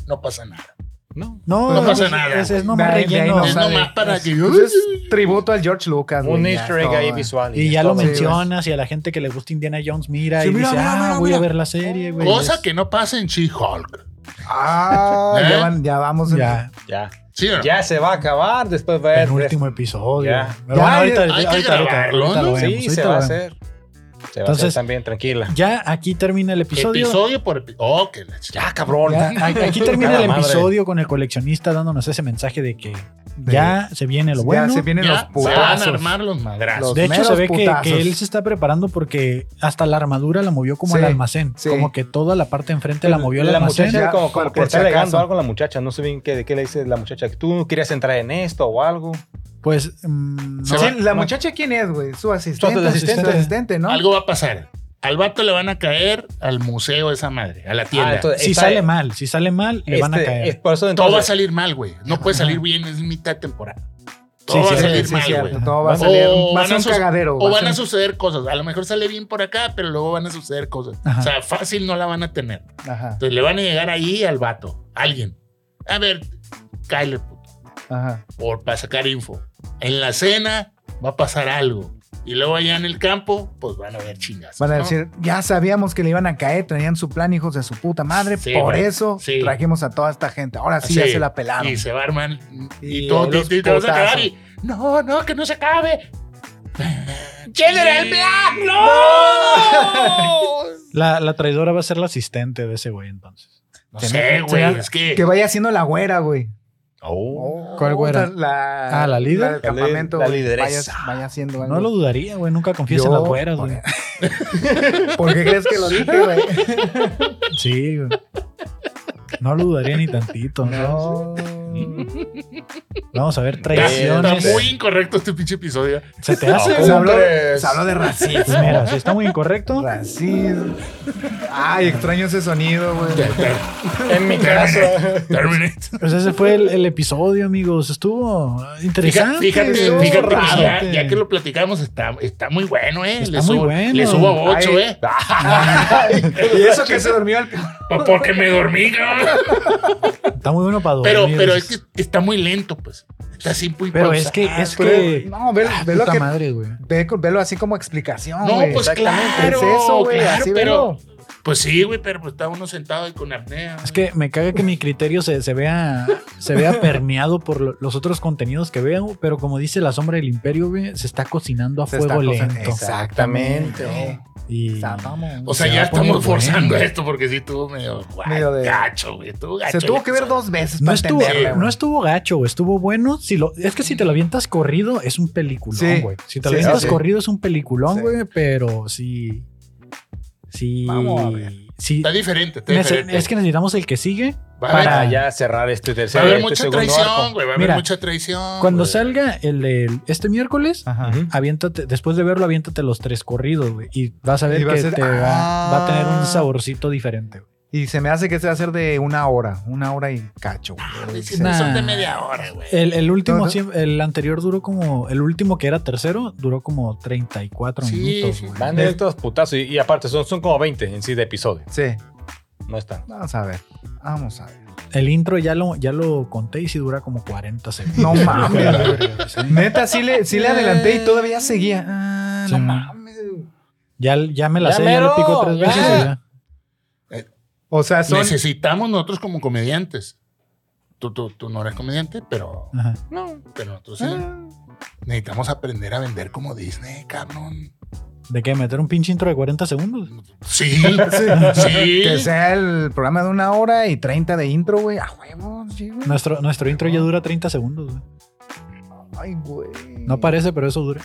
C: no pasa nada.
A: No.
D: no,
C: No pasa
D: es-
C: nada,
D: Es, es
C: güey.
D: nomás
B: De ahí- de ahí
D: relleno.
B: No
C: es
B: sale.
C: nomás para que yo.
B: Entonces, tributo al George Lucas.
A: Un
B: güey, ya
A: easter
B: es
A: egg
B: todo,
A: ahí
B: güey.
A: visual.
D: Y ya
A: es
D: lo
A: todo.
B: Sí, güey.
D: mencionas y a la gente que le gusta Indiana Jones mira
B: Sí,
D: y
B: mira,
D: dice,
B: mira,
D: ah,
B: mira,
D: voy
B: mira".
D: a ver la serie, güey.
C: Cosa
D: Es-
C: que no pasa en She-Hulk.
B: Ah,
C: ¿Eh?
B: ya, van- ya vamos. en-
D: Ya,
A: Ya.
C: ¿Sí o no?
A: Ya se va a acabar después va a haber-
D: el último episodio.
A: Ya.
B: Pues,
D: Pero
B: Ya,
D: bueno, ahorita,
B: hay
C: que
D: ahorita, ahorita,
C: grabarlo,
D: ahorita
C: ¿no?
D: lo vemos,
A: Sí,
D: ahorita
A: se
D: lo
A: va a
D: vemos.
A: hacer. Se va a hacer
D: Entonces-
A: también, tranquila.
D: Ya aquí termina el episodio.
C: Episodio por episodio. Oh, que la chingada.
A: Ya, cabrón.
D: Ya, a- aquí termina
A: A la
D: el
A: madre.
D: episodio con el coleccionista dándonos ese mensaje de que
B: de-
D: ya se viene lo bueno.
B: Ya se vienen los
C: Ya se van a
B: putazos.
C: armar los madrazos.
B: Los-
D: de hecho,
B: meros
D: se ve que,
B: putazos.
D: que él se está preparando porque hasta la armadura la movió como
B: Sí,
D: al almacén.
B: sí.
D: Como que toda la parte enfrente la movió al
A: la
D: almacén.
A: muchacha
B: Ya,
A: como, como
B: por
A: que
B: si
A: está
B: acaso.
A: alegando algo Ah, a la muchacha no sé bien qué de qué le dice la muchacha que tú querías entrar en esto o algo
D: Pues. mm,
C: Se
D: no-
C: va-
B: Sí, ¿La
D: no-
B: muchacha quién es, güey? Su asistente. Su asistente,
A: asistente.
B: ¿no?
C: Algo va a pasar. Al vato le van a caer al museo esa madre, a la tienda.
A: Ah, entonces,
D: Si
A: está-
D: sale mal, si sale mal, le van a
A: este,
D: caer.
A: es por eso
C: Todo va a
A: entonces-
C: salir mal, güey. No puede salir bien, es mitad temporada. Todo
D: Sí,
C: va a
D: sí,
C: salir
B: Sí,
C: mal,
B: cierto,
C: güey.
B: todo va a
D: O
B: salir. va a
C: van
B: ser
C: a
B: un
C: sus-
B: cagadero.
C: O
B: va a
C: van a
B: ser-
C: suceder cosas. A lo mejor sale bien por acá, pero luego van a suceder cosas.
D: Ajá.
C: O sea, fácil no la van a tener.
B: Ajá,
C: Entonces le van a llegar ahí al vato, alguien. A ver, cáele, puto,
B: ajá.
C: por, para sacar info. En la cena va a pasar algo. Y luego allá en el campo, pues van a ver chingas.
B: Van a decir, ya sabíamos que le iban a caer, traían su plan, hijos de su puta madre.
C: Sí,
B: por
C: güey.
B: eso
C: Sí.
B: trajimos a toda esta gente. Ahora sí, ya se la pelaron.
C: Y se va, hermano. Y,
B: Y
C: todo,
B: ahí los
C: y te vas a
B: putazos.
C: acabar y. No, no, que no se acabe. ¡General Black! ¡No!
D: La, la traidora va a ser la asistente de ese güey, entonces.
C: No sé, güey. Es que.
B: Que vaya siendo la güera, güey.
C: Oh.
D: ¿Cuál güera?
B: La,
D: Ah, ¿la líder?
B: del campamento.
A: La
B: güey.
A: lideresa.
B: Vaya, vaya siendo algo.
D: No lo dudaría, güey. Nunca confías en
B: Yo-
D: las güeras, güey.
B: ¿Por qué crees que lo dije, güey?
D: Sí, güey. No lo dudaría ni tantito. ¿no?
A: Oh.
B: No.
D: Vamos a ver
C: Está
D: traiciones.
C: muy incorrecto este pinche episodio.
D: Se te hace.
B: Se
A: ¿Cómo
B: habló,
A: crees?
B: se habló de racismo.
D: Mira, si está muy incorrecto.
B: Racismo. Ay, extraño ese sonido, güey.
A: En mi caso.
C: Terminate.
D: Pues ese fue el, el episodio, amigos. Estuvo
C: Fíjate,
D: interesante.
C: fíjate,
D: estuvo
C: fíjate que
D: raro.
C: ya, ya que lo platicamos, está, está muy bueno, ¿eh?
D: Está
C: le,
D: muy
C: subo,
D: bueno.
C: le subo a 8,
B: Ay.
C: ¿eh?
B: Y eso que se durmió al
C: Ah, Porque me dormí, cabrón.
D: Está muy bueno para dormir.
C: Pero, pero es que está muy lento, pues. Está así muy
D: Pero es
C: pausado.
D: que, es
B: Pero,
D: que.
B: no, ve,
D: Ah,
B: ve lo
D: puta
B: que.
D: madre, güey.
B: ve- velo así como explicación.
C: No,
B: güey.
C: pues
B: Exactamente,
C: claro.
B: Es eso, güey.
C: claro,
B: así
C: pero,
B: pero,
C: Pues sí, güey, pero pues está uno sentado ahí con apnea.
D: Es que me caga que mi criterio se, se vea se vea permeado por lo- los otros contenidos que veo, pero como dice la sombra del imperio, güey, se está cocinando a fuego lento.
B: Exactamente.
D: Y
C: O sea,
D: Se
C: ya
D: va a poner
C: estamos forzando
D: bueno.
C: esto porque sí estuvo medio, guay,
B: Medio de-
C: gacho, güey. Estuvo gacho.
B: Se tuvo
C: el
B: que ver
C: episodio.
B: dos veces
D: no
B: para
D: estuvo, eh,
B: entenderla, güey.
D: no estuvo gacho, güey, estuvo bueno. Si lo, es que si te lo avientas corrido, es un peliculón,
B: Sí.
D: güey. Si te
B: Sí,
D: lo avientas
B: sí.
D: corrido, es un peliculón,
B: Sí.
D: güey, pero sí. Sí.
B: Vamos a ver.
D: sí.
C: Está diferente, está
D: Nece-
C: diferente.
D: es que necesitamos el que sigue.
C: va a haber,
A: Para ya cerrar este
C: va a
A: tercer
C: haber
A: este
C: mucha
A: segundo
C: traición,
A: arco.
C: güey. Va a haber
D: Mira,
C: mucha traición.
D: Cuando
C: güey.
D: salga el de este miércoles,
B: Ajá.
A: Ujú.
D: aviéntate, después de verlo, aviéntate los tres corridos, güey. Y vas a ver
B: Y va
D: que
B: a ser-
D: te va, va a tener un
B: Ah.
D: saborcito diferente, güey.
B: Y se me hace que se va a hacer de una hora, una hora y cacho. güey.
C: Ah, güey, si
D: Nah.
C: Son de media hora, güey.
D: El, el último,
B: Todo.
D: siem- el anterior duró como, el último que era tercero, duró como 34
C: Sí,
D: minutos,
C: sí.
D: güey.
A: Van de estos putazos. Y, y aparte, son, son como 20 en sí de episodio.
B: Sí,
A: No están.
B: vamos a ver. Vamos a ver.
D: El intro ya lo, ya lo conté y sí dura como 40 segundos.
B: No mames.
D: Sí.
B: Neta, sí le, sí le adelanté y todavía seguía. Ah,
D: Sí.
B: no mames.
D: Ya, ya me la
A: Ya
D: sé, ya
A: mero,
D: lo pico tres
A: ya.
D: veces. y ya.
B: O sea, son.
C: Necesitamos nosotros como comediantes. Tú, tú, tú no eres comediante, pero,
D: Ajá.
A: No.
C: pero nosotros sí.
D: Ah,
B: ah,
C: Necesitamos aprender a vender como Disney, cabrón.
D: ¿De qué? ¿Meter un pinche intro de 40 segundos?
C: Sí,
B: Sí.
C: sí.
B: Que sea el programa de una hora y 30 de intro, güey. A huevo, sí, güey.
D: Nuestro, nuestro intro ya dura 30 segundos, güey.
B: Ay, güey.
D: No parece, pero eso dura.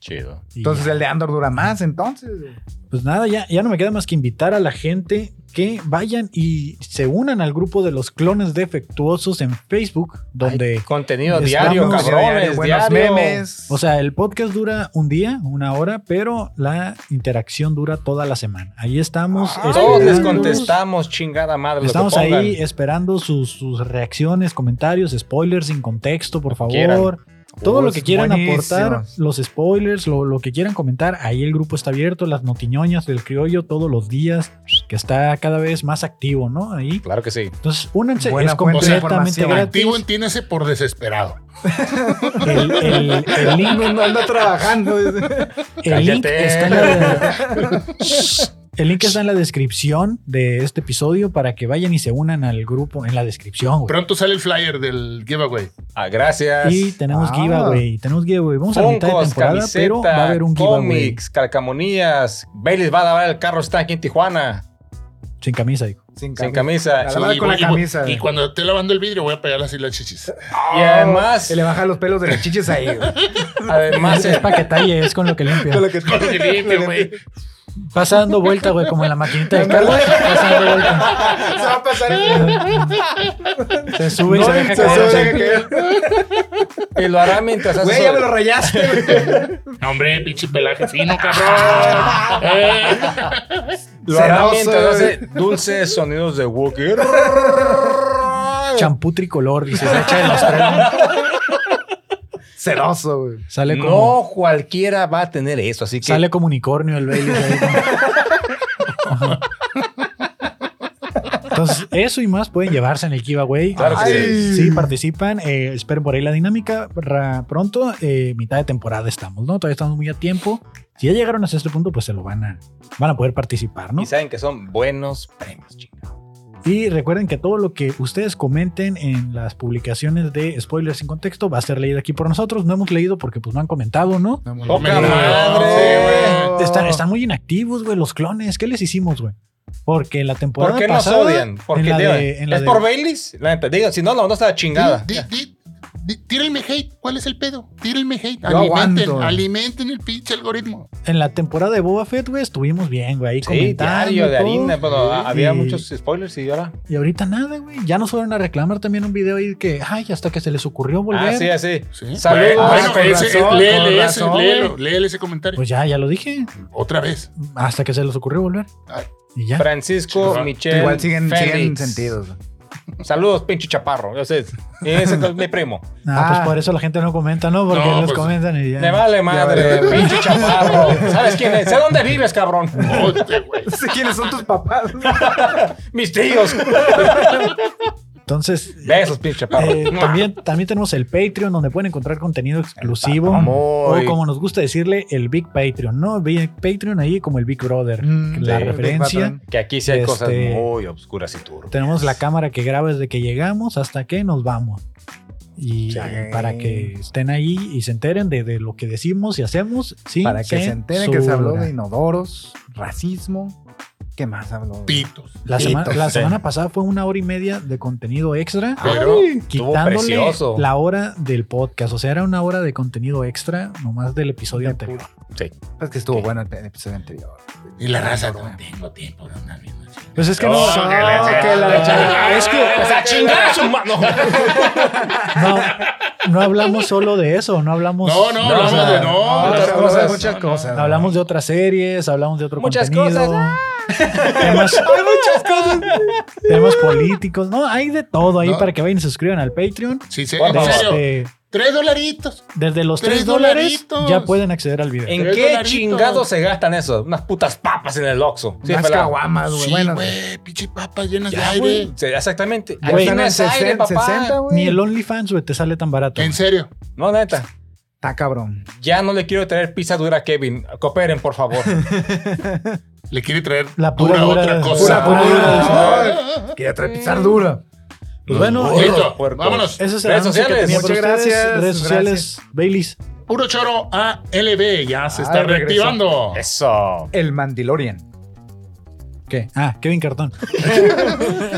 A: Chido.
D: Y
B: Entonces
D: ya.
B: el de Andor dura más, entonces. güey.
D: Pues nada, ya, ya no me queda más que invitar a la gente que vayan y se unan al grupo de los clones defectuosos en Facebook, donde,
A: Contenido
D: Estamos-
A: diario,
B: Vamos,
A: cabrones.
B: buenos
A: diario.
B: memes.
D: o sea, el podcast dura un día, una hora, pero la interacción dura toda la semana. Ahí estamos.
B: Ah,
A: Todos les
D: esperándolos.
A: contestamos, chingada madre.
D: Estamos
A: lo que pongan.
D: ahí eh. esperando sus, sus reacciones, comentarios, spoilers sin contexto, por favor.
A: Quieran.
D: Todo lo
B: Uy,
D: que quieran
B: buenísimos.
D: aportar, los spoilers, lo, lo que quieran comentar, ahí el grupo está abierto, las notiñoñas del criollo todos los días, que está cada vez más activo, ¿no? Ahí.
A: Claro que sí.
D: Entonces, únanse,
B: Buena
D: es
B: fuente de
D: completamente
B: información.
D: gratis.
C: Activo entiéndese por desesperado.
D: El, el- el link,
B: No anda trabajando.
D: el link
A: Cállate.
D: está en la, el link está en la descripción de este episodio para que vayan y se unan al grupo en la descripción, güey.
C: Pronto sale el flyer del giveaway.
A: Ah, gracias.
D: Y tenemos
B: Ah.
D: giveaway, tenemos giveaway. Vamos a la mitad de
A: Funkos,
D: temporada,
A: camisetas,
D: pero va a haber un giveaway
A: cómics, calcamonías. Bailey va a lavar el carro, está aquí en Tijuana,
D: sin camisa. digo.
A: sin camisa.
B: A lavar con la
C: voy- voy-
B: camisa. eh.
C: y cuando esté lavando el vidrio voy a pegar así las chichis.
A: Y
D: Ah,
A: además,
B: Se Oh, le bajan los pelos de las chiches ahí, güey.
A: además,
D: Es para que talle, es con lo que limpia.
B: Con lo que-
C: Con el limpio, güey.
D: Pasa dando vuelta, güey, como en la maquinita de carga. Pasa dando vuelta.
B: Se va a pasar el...
D: Se sube y
A: Pues,
D: se deja
B: se
D: caer.
B: sube,
D: así.
B: deja caer.
A: Y lo hará mientras hace
B: Güey,
A: su-
B: ya me lo rayaste, güey.
C: No, hombre, pinche pelaje fino, cabrón. Eh,
A: lo hará
B: Ceroso,
A: mientras
B: güey.
A: hace dulces sonidos de Wookiee.
D: Champú tricolor, dice. Se echa en los tres.
B: Ceroso, güey.
D: Sale como,
A: No cualquiera va a tener eso, así que
D: sale como unicornio el Bailey. ahí. Ajá. Entonces, eso y más pueden llevarse en el giveaway.
A: Claro que
D: sí.
B: sí.
D: participan. eh, esperen por ahí la dinámica. Ra- pronto, eh, mitad de temporada estamos, ¿no? Todavía estamos muy a tiempo. Si ya llegaron hasta este punto, pues se lo van a, van a poder participar, ¿no?
A: y saben que son buenos premios, chingado.
D: Y recuerden que todo lo que ustedes comenten en las publicaciones de Spoilers sin Contexto va a ser leído aquí por nosotros. No hemos leído porque pues no han comentado, ¿no?
C: Oh,
B: Oh,
A: Poca
C: No,
A: madre.
C: sí,
D: Están, están muy inactivos, güey, los clones. ¿Qué les hicimos, güey? Porque la temporada
A: ¿Por qué nos
D: pasada...
A: odian? ¿Por
D: en
A: qué
D: la
A: te
D: de- en
A: odian?
D: la
A: ¿Es
D: de-
A: por Baileys? La neta, digan, si no, la onda está chingada.
C: Di, di, di- tírenme hate. ¿Cuál es el pedo? Tírenme hate.
B: Yo
C: alimenten,
B: aguanto.
C: alimenten el pinche algoritmo.
D: En la temporada de Boba Fett, güey, estuvimos bien, güey. Ahí
A: Sí,
D: comentando. y
A: diario de
D: todo.
A: harina, pero
D: Sí.
A: había muchos spoilers y ahora.
D: Y ahorita nada, güey. Ya nos fueron a reclamar también un video ahí que... Ay, hasta que se les ocurrió volver.
A: Ah, sí, así.
C: ¿Sí?
A: Saludos.
C: Bueno,
B: con
C: ese-
B: razón,
C: léele
B: con
C: ese,
B: razón,
C: léelo,
B: güey.
C: léele ese comentario.
D: Pues ya, ya lo dije.
C: Otra vez.
D: Hasta que se les ocurrió volver.
C: Ay.
D: Y ya.
A: Francisco
C: Chingón.
A: Michel.
B: Igual siguen, siguen
A: Félix.
B: sentidos. güey.
A: Saludos, pinche chaparro. Yo sé. Ese es mi primo.
D: Ah,
B: Ah.
D: pues por eso la gente no comenta, ¿no? Porque
C: No, pues,
D: los comentan y ya.
A: Le vale madre,
B: vale.
A: pinche chaparro. ¿Sabes quién es? Sé dónde vives, cabrón.
C: Oye, güey.
B: No sé quiénes son tus papás.
A: Mis tíos.
D: Entonces,
A: Besos, pinche chaparro.
D: eh, también, también tenemos el Patreon donde pueden encontrar contenido exclusivo.
A: Ah,
D: O
A: Muy-
D: como nos gusta decirle, el Big Patreon, ¿no? Big Patreon ahí como el Big Brother.
B: Mm,
D: la
A: sí,
D: referencia.
B: Big
A: Que aquí sí hay cosas
D: Este-
A: muy obscuras y turbias.
D: Tenemos la cámara que graba desde que llegamos hasta que nos vamos. Y
B: Sí.
D: para que estén ahí y se enteren de, de lo que decimos y hacemos. sin
B: Para que se enteren que se
D: censura.
B: habló de inodoros, racismo. ¿Qué más habló? güey?
C: Pitos.
D: La, semana,
B: Pitos,
D: la
B: sí.
D: semana pasada fue una hora y media de contenido extra.
C: Pero
A: Estuvo
D: quitándole
A: precioso.
D: la hora del podcast. O sea, era una hora de contenido extra nomás del episodio anterior.
A: Sí.
B: Pues que estuvo bueno el el episodio anterior.
C: y la raza, no tengo tiempo de andar viendo así.
D: Pues es que no.
A: Oh, que la-
B: que la-
D: es que
A: Pues a chingar a su mano.
D: no, no hablamos solo de eso. No hablamos.
C: No, no, hablamos
D: o sea,
C: de no.
A: otras
B: Otras
A: cosas.
B: cosas, muchas
C: No, no.
B: cosas.
D: Hablamos de otras series, hablamos de otro
A: Muchas
D: contenido.
A: cosas,
D: Temas, muchas cosas. Temas políticos. No, hay de todo ahí
C: No.
D: para que vayan y se suscriban al Patreon.
C: Sí, sí,
A: Por
C: en serio.
D: Desde,
C: Tres dolaritos.
D: desde los
C: Tres
D: 3 dólares
C: dolaritos.
D: ya pueden acceder al video.
A: ¿En
C: Tres
A: qué
C: dolaritos.
A: chingados se gastan eso? Unas putas papas en el Oxxo. Sí,
B: Unas
A: pelado.
B: caguamas, güey.
C: Sí,
B: bueno,
C: Ah, güey, pinche papas llenas de
A: Ya, güey.
C: aire.
A: Sí, Exactamente.
B: ya
A: Aquí
B: están
A: no
B: en
A: es aire,
B: 60,
A: papá.
B: 60,
D: Ni
B: güey.
D: el OnlyFans, güey, te sale tan barato. Pues
C: En serio.
A: No, neta.
B: Está cabrón.
A: Ya no le quiero traer pizza dura a Kevin. Cooperen, por favor.
C: Le quiere traer
D: La pura
C: dura
D: dura
C: otra
D: de-
C: cosa.
B: pura, pura
C: Ah, ah, ah.
B: Que ya trae pisar duro.
D: Pues bueno,
A: Burro,
C: Listo,
A: puerco.
C: vámonos.
D: Eso es el
A: Redes
D: anuncio que
A: sociales.
D: tenía para
B: Muchas
D: ustedes.
B: gracias,
D: Redes sociales, Baileys.
C: Puro choro ALB. Ya se
B: Ah,
C: está
B: regresó.
C: reactivando.
A: Eso.
B: El Mandalorian.
D: ¿Qué? Ah, Kevin Cartón.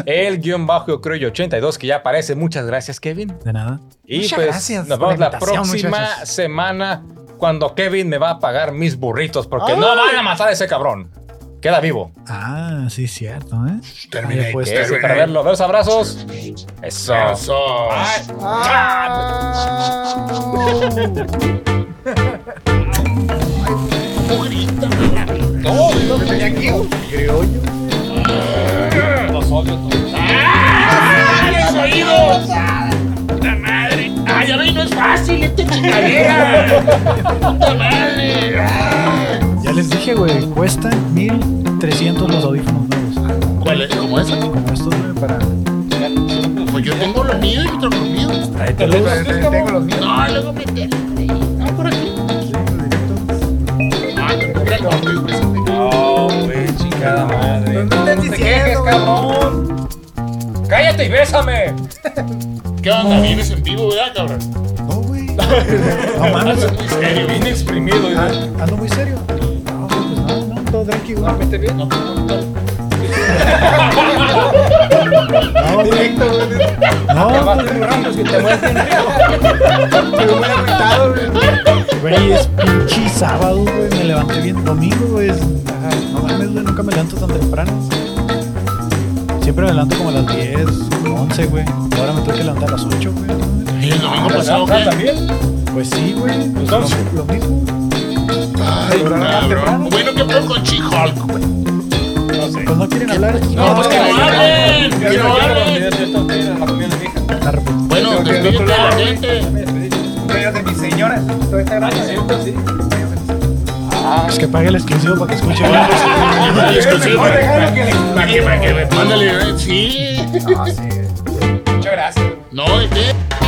A: El guión bajo, yo creo, y 82, que ya aparece. Muchas gracias, Kevin.
D: De nada.
A: Y
B: Muchas
A: pues
B: gracias
A: nos
B: por la
A: vemos la,
B: invitación,
A: próxima
B: muchachos.
A: semana cuando Kevin me va a pagar mis burritos porque no van a matar a ese cabrón. Queda vivo.
D: Ah, sí, cierto, ¿eh?
C: Terminé,
D: Ahí, pues,
A: Que es
C: Kevin.
A: para verlo. Besos, abrazos. Eso.
C: Eso.
A: Bye.
D: Ya les dije, güey, cuestan 1300 los audífonos nuevos. Ah,
C: ¿Cuál es? ¿Cómo es?
D: Como estos, güey, para.
C: Pues yo tengo los míos y otro los míos.
B: Tengo los míos.
C: No, luego meter. No, por aquí. Ah,
A: No, güey, chingada madre.
B: No te quejes, cabrón.
A: ¡Cállate y bésame!
C: ¿Qué onda? Vienes en vivo, ¿verdad, cabrón?
D: No, güey. No mames,
C: Muy serio.
A: Bien exprimido.
D: ando muy serio. No, güey, pues no, no, todo tranquilo.
C: No, no, no.
D: No, güey.
A: Directo, güey.
D: No,
A: Abajo de brazos que te mueres bien rico. Estoy muy agüitado, güey.
D: güey, es pinche sábado, güey. Me levanté bien domingo, güey. Es- ay, No mames, güey. Nunca me levanto tan temprano. Siempre me levanto como a las 10, 11, güey. Ahora me tengo que levantar a las 8, güey.
C: ¿Y el domingo pasado
A: Ah,
C: qué?
A: también.
D: Pues sí, güey. Pues
A: Entonces-
D: lo, lo mismo.
C: Ay, cabrón. Bueno, ¿qué pedo con She-Hulk, güey?
A: No sé.
D: Pues no quieren hablar.
C: No, pues que no hablen.
A: Ya
C: Que
A: se
C: no
A: me quedaron
C: hablen.
A: las ideas, yo estoy en la comida de mi hija.
D: La repetición.
C: Bueno,
B: Creo que el
C: despídete
B: otro
C: de la
B: lado,
C: gente.
A: Me despedí.
B: Rollos de mis señoras. Toda esta
A: Ah,
B: granja.
A: sí, pues, sí.
D: Pues que pague el exclusivo para que escuche. güey.
C: Ay, es que sí,
B: Mejor dejarlo
C: güey.
B: que le-
C: Para que, para que, mándale, eh, sí.
B: Ah, sí.
A: Muchas gracias.
C: No, ¿de qué?